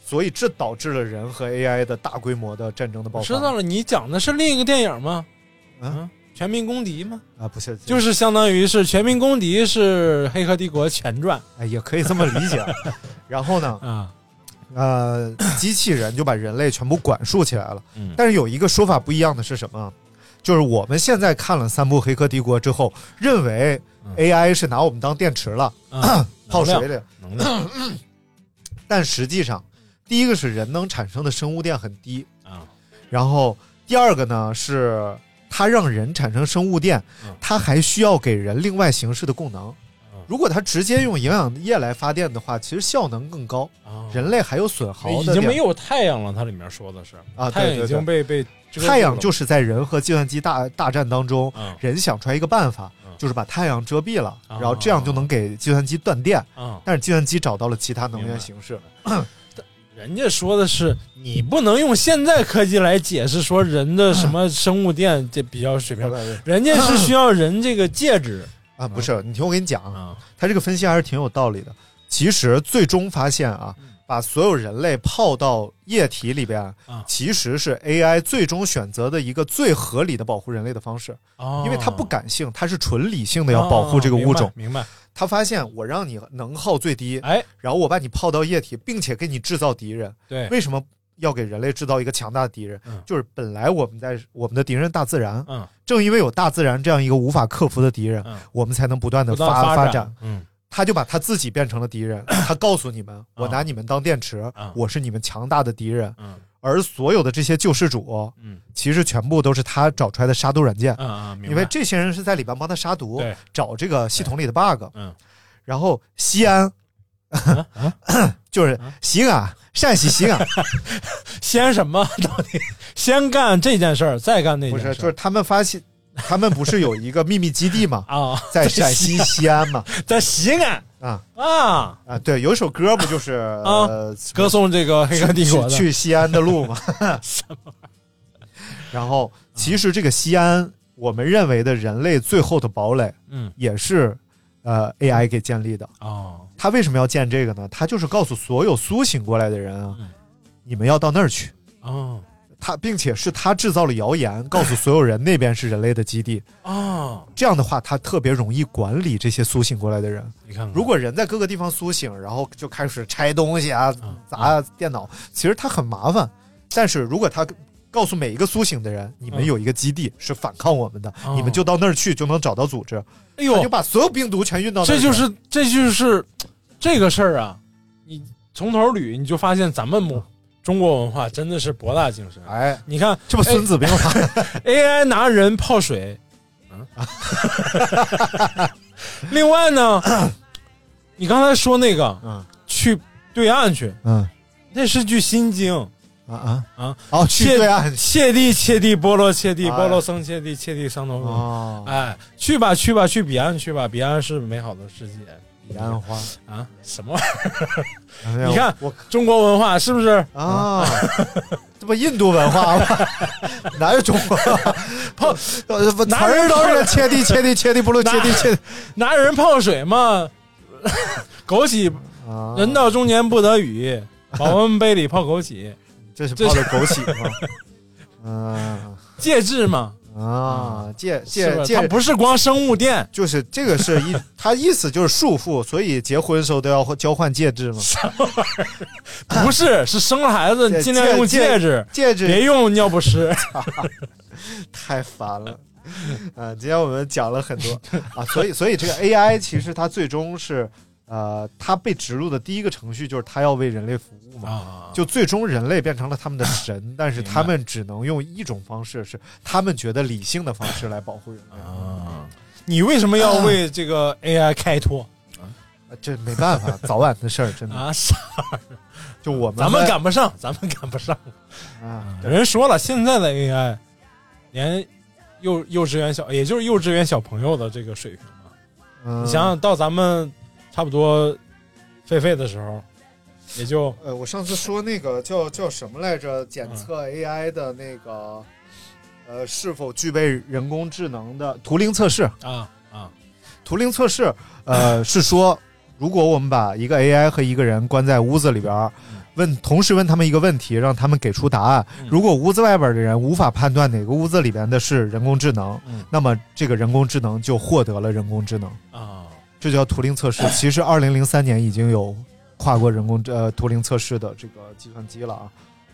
D: 所以这导致了人和 AI 的大规模的战争的爆
F: 我
D: 发。
F: 知道了，你讲的是另一个电影吗？
D: 嗯
F: 嗯，全民公敌吗？
D: 啊，不是，
F: 就是是相当于是《全民公敌》是《黑客帝国》前传
D: 哎，也可以这么理解。啊 然后呢，
F: 啊，
D: 呃，机器人就把人类全部管束起来了。
F: 嗯
D: 但是有一个说法不一样的是什么？就是我们现在看了三部《黑客帝国》之后，认为
F: 嗯
D: AI 是拿我们当电池了，
F: 啊
D: 泡水
F: 能量
D: 里。
F: 能量
D: 但实际上，第一个是人能产生的生物电很低，
F: 啊，
D: 然后第二个呢是它让人产生生物电
F: 嗯，
D: 它还需要给人另外形式的供能
F: 嗯。
D: 如果它直接用营养液来发电的话，其实效能更高，
F: 啊
D: 人类还有损耗
F: 已
D: 的
F: 经没
D: 电。
F: 有太阳了，它里面说的是
D: 啊对
F: 太阳
D: 对
F: 已经被被遮住了
D: 太阳就是在人和计算机大大战当中，
F: 嗯
D: 人想出来一个办法
F: 嗯，
D: 就是把太阳遮蔽了，
F: 啊
D: 然后这样就能给计算机断电。
F: 啊，
D: 但是计算机找到了其他能
F: 明
D: 源
F: 白
D: 形式，
F: 人家说的是你不能用现在科技来解释说人的什么生物电这比较水平，人家是需要人这个介质
D: 啊，不是，你听我给你讲啊，
F: 啊
D: 他这个分析还是挺有道理的。其实最终发现啊，
F: 嗯
D: 把所有人类泡到液体里边
F: 啊，
D: 其实是 AI 最终选择的一个最合理的保护人类的方式，
F: 啊，
D: 因为它不感性，它是纯理性的要保护这个物种
F: 啊。明白？
D: 他发现我让你能耗最低
F: 明白，哎，
D: 然后我把你泡到液体，并且给你制造敌人。
F: 对，
D: 为什么要给人类制造一个强大的敌人
F: 嗯？
D: 就是本来我们在我们的敌人是大自然，
F: 嗯
D: 正因为有大自然这样一个无法克服的敌人，
F: 嗯，
D: 我们才能不断的
F: 不断地
D: 发
F: 发
D: 展。，
F: 嗯
D: 他就把他自己变成了敌 人，他告诉你们，我拿你们当电池
F: 啊，
D: 我是你们强大的敌人。
F: 嗯
D: 而所有的这些救世主，
F: 嗯
D: 其实全部都是他找出来的杀毒软件，
F: 嗯啊，明白
D: 因为这些人是在里边帮他杀毒
F: 对，
D: 找这个系统里的 bug。
F: 嗯，
D: 然后西安，
F: 啊
D: 就是西安，陕西西安，
F: 先什么 到底先干这件事儿，再干那
D: 不
F: 件事
D: 是，
F: 儿，
D: 就是他们发现，他们不是有一个秘密基地 嘛，
F: 啊，
D: 在陕西西安嘛，
F: 在西安
D: 啊
F: 啊，
D: 啊，对，有一首歌不就是呃
F: 歌颂这个黑客帝国的
D: 去去西安的路 嘛。然后，其实这个西安，我们认为的人类最后的堡垒，
F: 嗯，
D: 也是呃 AI 给建立的。
F: 哦，
D: 他为什么要建这个呢？他就是告诉所有苏醒过来的人
F: 嗯
D: 啊，你们要到那儿去。
F: 哦，
D: 他并且是他制造了谣言，告诉所有人那边是人类的基地。
F: 哦，
D: 这样的话，他特别容易管理这些苏醒过来的人。
F: 你看看，
D: 如果人在各个地方苏醒，然后就开始拆东西啊、
F: 嗯
D: 砸电脑，其实它很麻烦。但是如果他告诉每一个苏醒的人，你们有一个基地是反抗我们的，
F: 哦
D: 你们就到那儿去就能找到组织，
F: 哎
D: 他就
F: 呦，
D: 把所有病毒全运到那儿
F: 这
D: 去
F: 就是这就是这个事儿啊，你从头捋，你就发现咱们母
D: 嗯
F: 中国文化真的是博大精深。
D: 哎，
F: 你看
D: 这不《孙子兵法》
F: AI 拿人泡水，嗯，另外呢，你刚才说那个，
D: 嗯
F: 去对岸去，
D: 嗯
F: 那是句心经
D: 啊啊
F: 啊，
D: 哦，去
F: 切
D: 对岸
F: 切地切地波罗切地
D: 哎
F: 波罗僧切地切地桑陀佛。
D: 哦，
F: 哎，去吧去吧去彼岸去吧，彼岸是美好的世界
D: 彼岸嗯花，
F: 啊！什么玩意儿？
D: 哎呦
F: 你看
D: 我
F: 中国文化是不是
D: 啊，这不印度文化 吗？哪有中国？泡词
F: 拿人
D: 儿都是切地切地切地不露切地 切地
F: 拿人泡水嘛？ 枸杞，
D: 啊
F: 人到中年不 得语，保温杯里泡枸杞，
D: 这是
F: 这
D: 泡
F: 是
D: 的枸杞吗？嗯，
F: 戒指嘛，
D: 啊，借
F: 是
D: 借
F: 吧
D: 借，
F: 它不是光生 物电，
D: 就是这个是一，他意思就是束缚，所以结婚时候都要交换戒指嘛，
F: 不是，是生了孩子
D: 戒
F: 尽量用戒指，
D: 戒指
F: 别用尿 不湿。
D: 太烦了。啊，今天我们讲了很多啊，所以所以这个 AI 其实它最终是呃，它被植入的第一个程序就是它要为人类服务嘛，
F: 啊
D: 就最终人类变成了他们的神，但是他们只能用一种方式，是他们觉得理性的方式来保护人类。
F: 啊！你为什么要为这个 AI 开脱
D: 啊这没办法，早晚的事儿，真的。
F: 啊？啥
D: 就嗯我们
F: 咱们
D: 在
F: 赶不上， 咱们赶不上。
D: 啊，
F: 人说了，现在的 AI 连幼幼稚园小，也就是幼稚园小朋友的这个水平嘛。
D: 嗯
F: 你想，想，到咱们差不多狒狒的时候，也就
D: 呃，我上次说那个叫叫什么来着？
F: 嗯
D: 检测 AI 的那个呃，是否具备人工智能的图灵测试？
F: 啊啊
D: 图灵测试，呃，是说，如果我们把一个 AI 和一个人关在屋子里边儿，
F: 嗯
D: 问同时问他们一个问题，让他们给出答案。如果屋子外边的人无法判断哪个屋子里边的是人工智能
F: 嗯，
D: 那么这个人工智能就获得了人工智能，
F: 啊
D: 这叫图灵测 试。其实，二零零三年已经有跨过人工呃图灵测试的这个计算机了啊，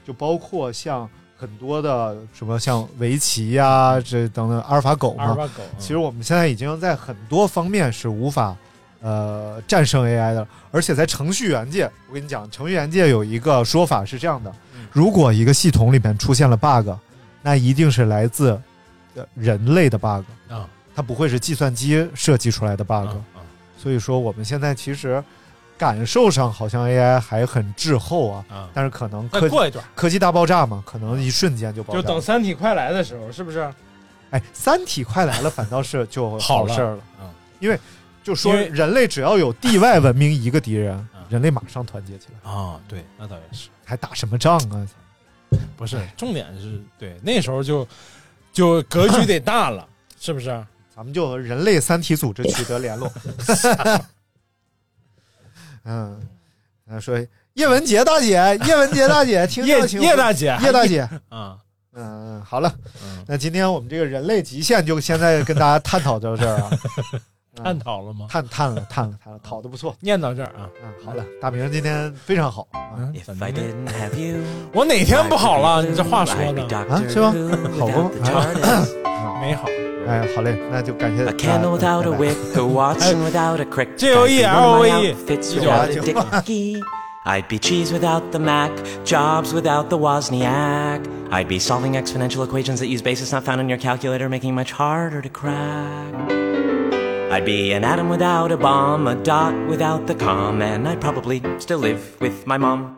D: 就包括像很多的什么像围棋呀、这等等阿尔法狗
F: 阿
D: 嘛
F: 尔，法狗。
D: 其实我们现在已经在很多方面是无法呃战胜 AI 的，而且在程序员界，我跟你讲，程序员界有一个说法是这样的：
F: 嗯
D: 如果一个系统里面出现了 bug，那一定是来自呃人类的 bug，
F: 啊
D: 它不会是计算机设计出来的 bug
F: 啊。啊
D: 所以说，我们现在其实感受上好像 AI 还很滞后啊，
F: 啊！
D: 但是可能
F: 再
D: 科
F: 过一段，
D: 科技大爆炸嘛，可能一瞬间就爆炸
F: 就
D: 了。
F: 等《三体》快来的时候，是不是？
D: 哎，《三体》快来了，反倒是就
F: 好了
D: 事儿了，
F: 嗯
D: 因为就说
F: 因为
D: 人类只要有地外文明一个敌人，
F: 嗯
D: 人类马上团结起来，
F: 啊，对，那倒也是。
D: 还打什么仗啊？
F: 不是，重点是对那时候就就格局得大了，是不是？
D: 咱们就人类三体组织取得联 络。嗯，他说叶文洁大姐，叶文洁大姐，听
F: 叶
D: 到请
F: 叶大姐，
D: 叶大姐，
F: 啊，
D: 嗯，嗯，好了，
F: 嗯
D: 那今天我们这个人类极限就现在跟大家探讨到这儿 啊，嗯
F: 探讨了吗？
D: 探探了探了探了，讨的不错。
F: 念到这儿啊，
D: 嗯，好了，大明今天非常好啊，
F: 嗯，
E: If
F: 怎么
E: I
F: 了
E: didn't have you,
F: 我哪天不好了？你这话说
E: I'd be
F: 的
E: Doctor
D: 啊是吗
E: Who
D: 好吧
E: without the TARDIS,
F: 没好
D: 哎，好嘞，那就感谢
E: a candle
D: 大
E: without
D: 家
E: a
D: 拜拜
E: wick, a Watson without a crick, I'd be
F: J.O.E.,
E: one of my
F: R.O.E..
E: outfits
F: 一九
E: without
D: 九
E: a dicky. I'd be cheese without the Mac, Jobs without the Wozniak. I'd be solving exponential equations that use basis not found in your calculator, making much harder to crack. I'd be an atom without a bomb, a dot without the com, and I'd probably still live with my mom.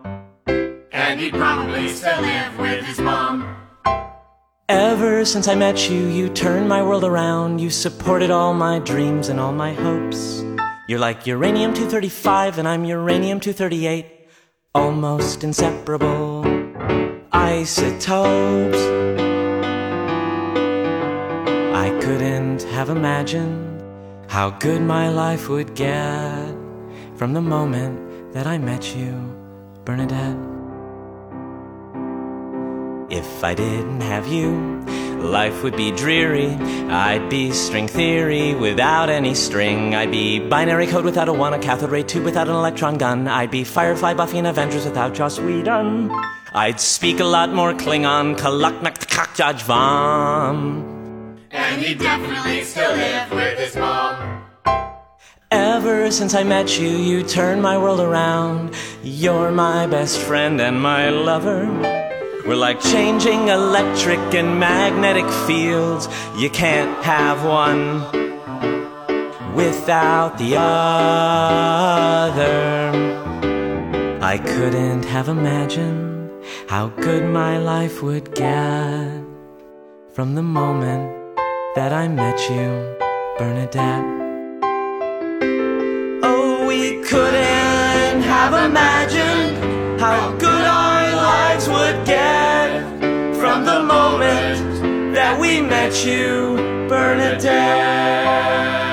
E: Ever since I met you, you turned my world around. You supported all my dreams and all my hopes. You're like uranium 235, and I'm uranium 238, almost inseparable isotopes. I couldn't have imagined how good my life would get from the moment that I met you, Bernadette. If I didn't have you, life would be dreary. I'd be string theory without any string. I'd be binary code without a one, a cathode ray tube without an electron gun. I'd be Firefly, Buffy, and Avengers without Joss Whedon. I'd speak a lot more Klingon, Kalaknak, Kakjaj Vam. Ever since I met you, you turned my world around. You're my best friend and my lover. We're like changing electric and magnetic fields. You can't have one without the other. I couldn't have imagined how good my life would get from the moment that I met you, Bernadette. Oh, we couldn't have imagined how good our lives would get from the moment that we met you, Bernadette.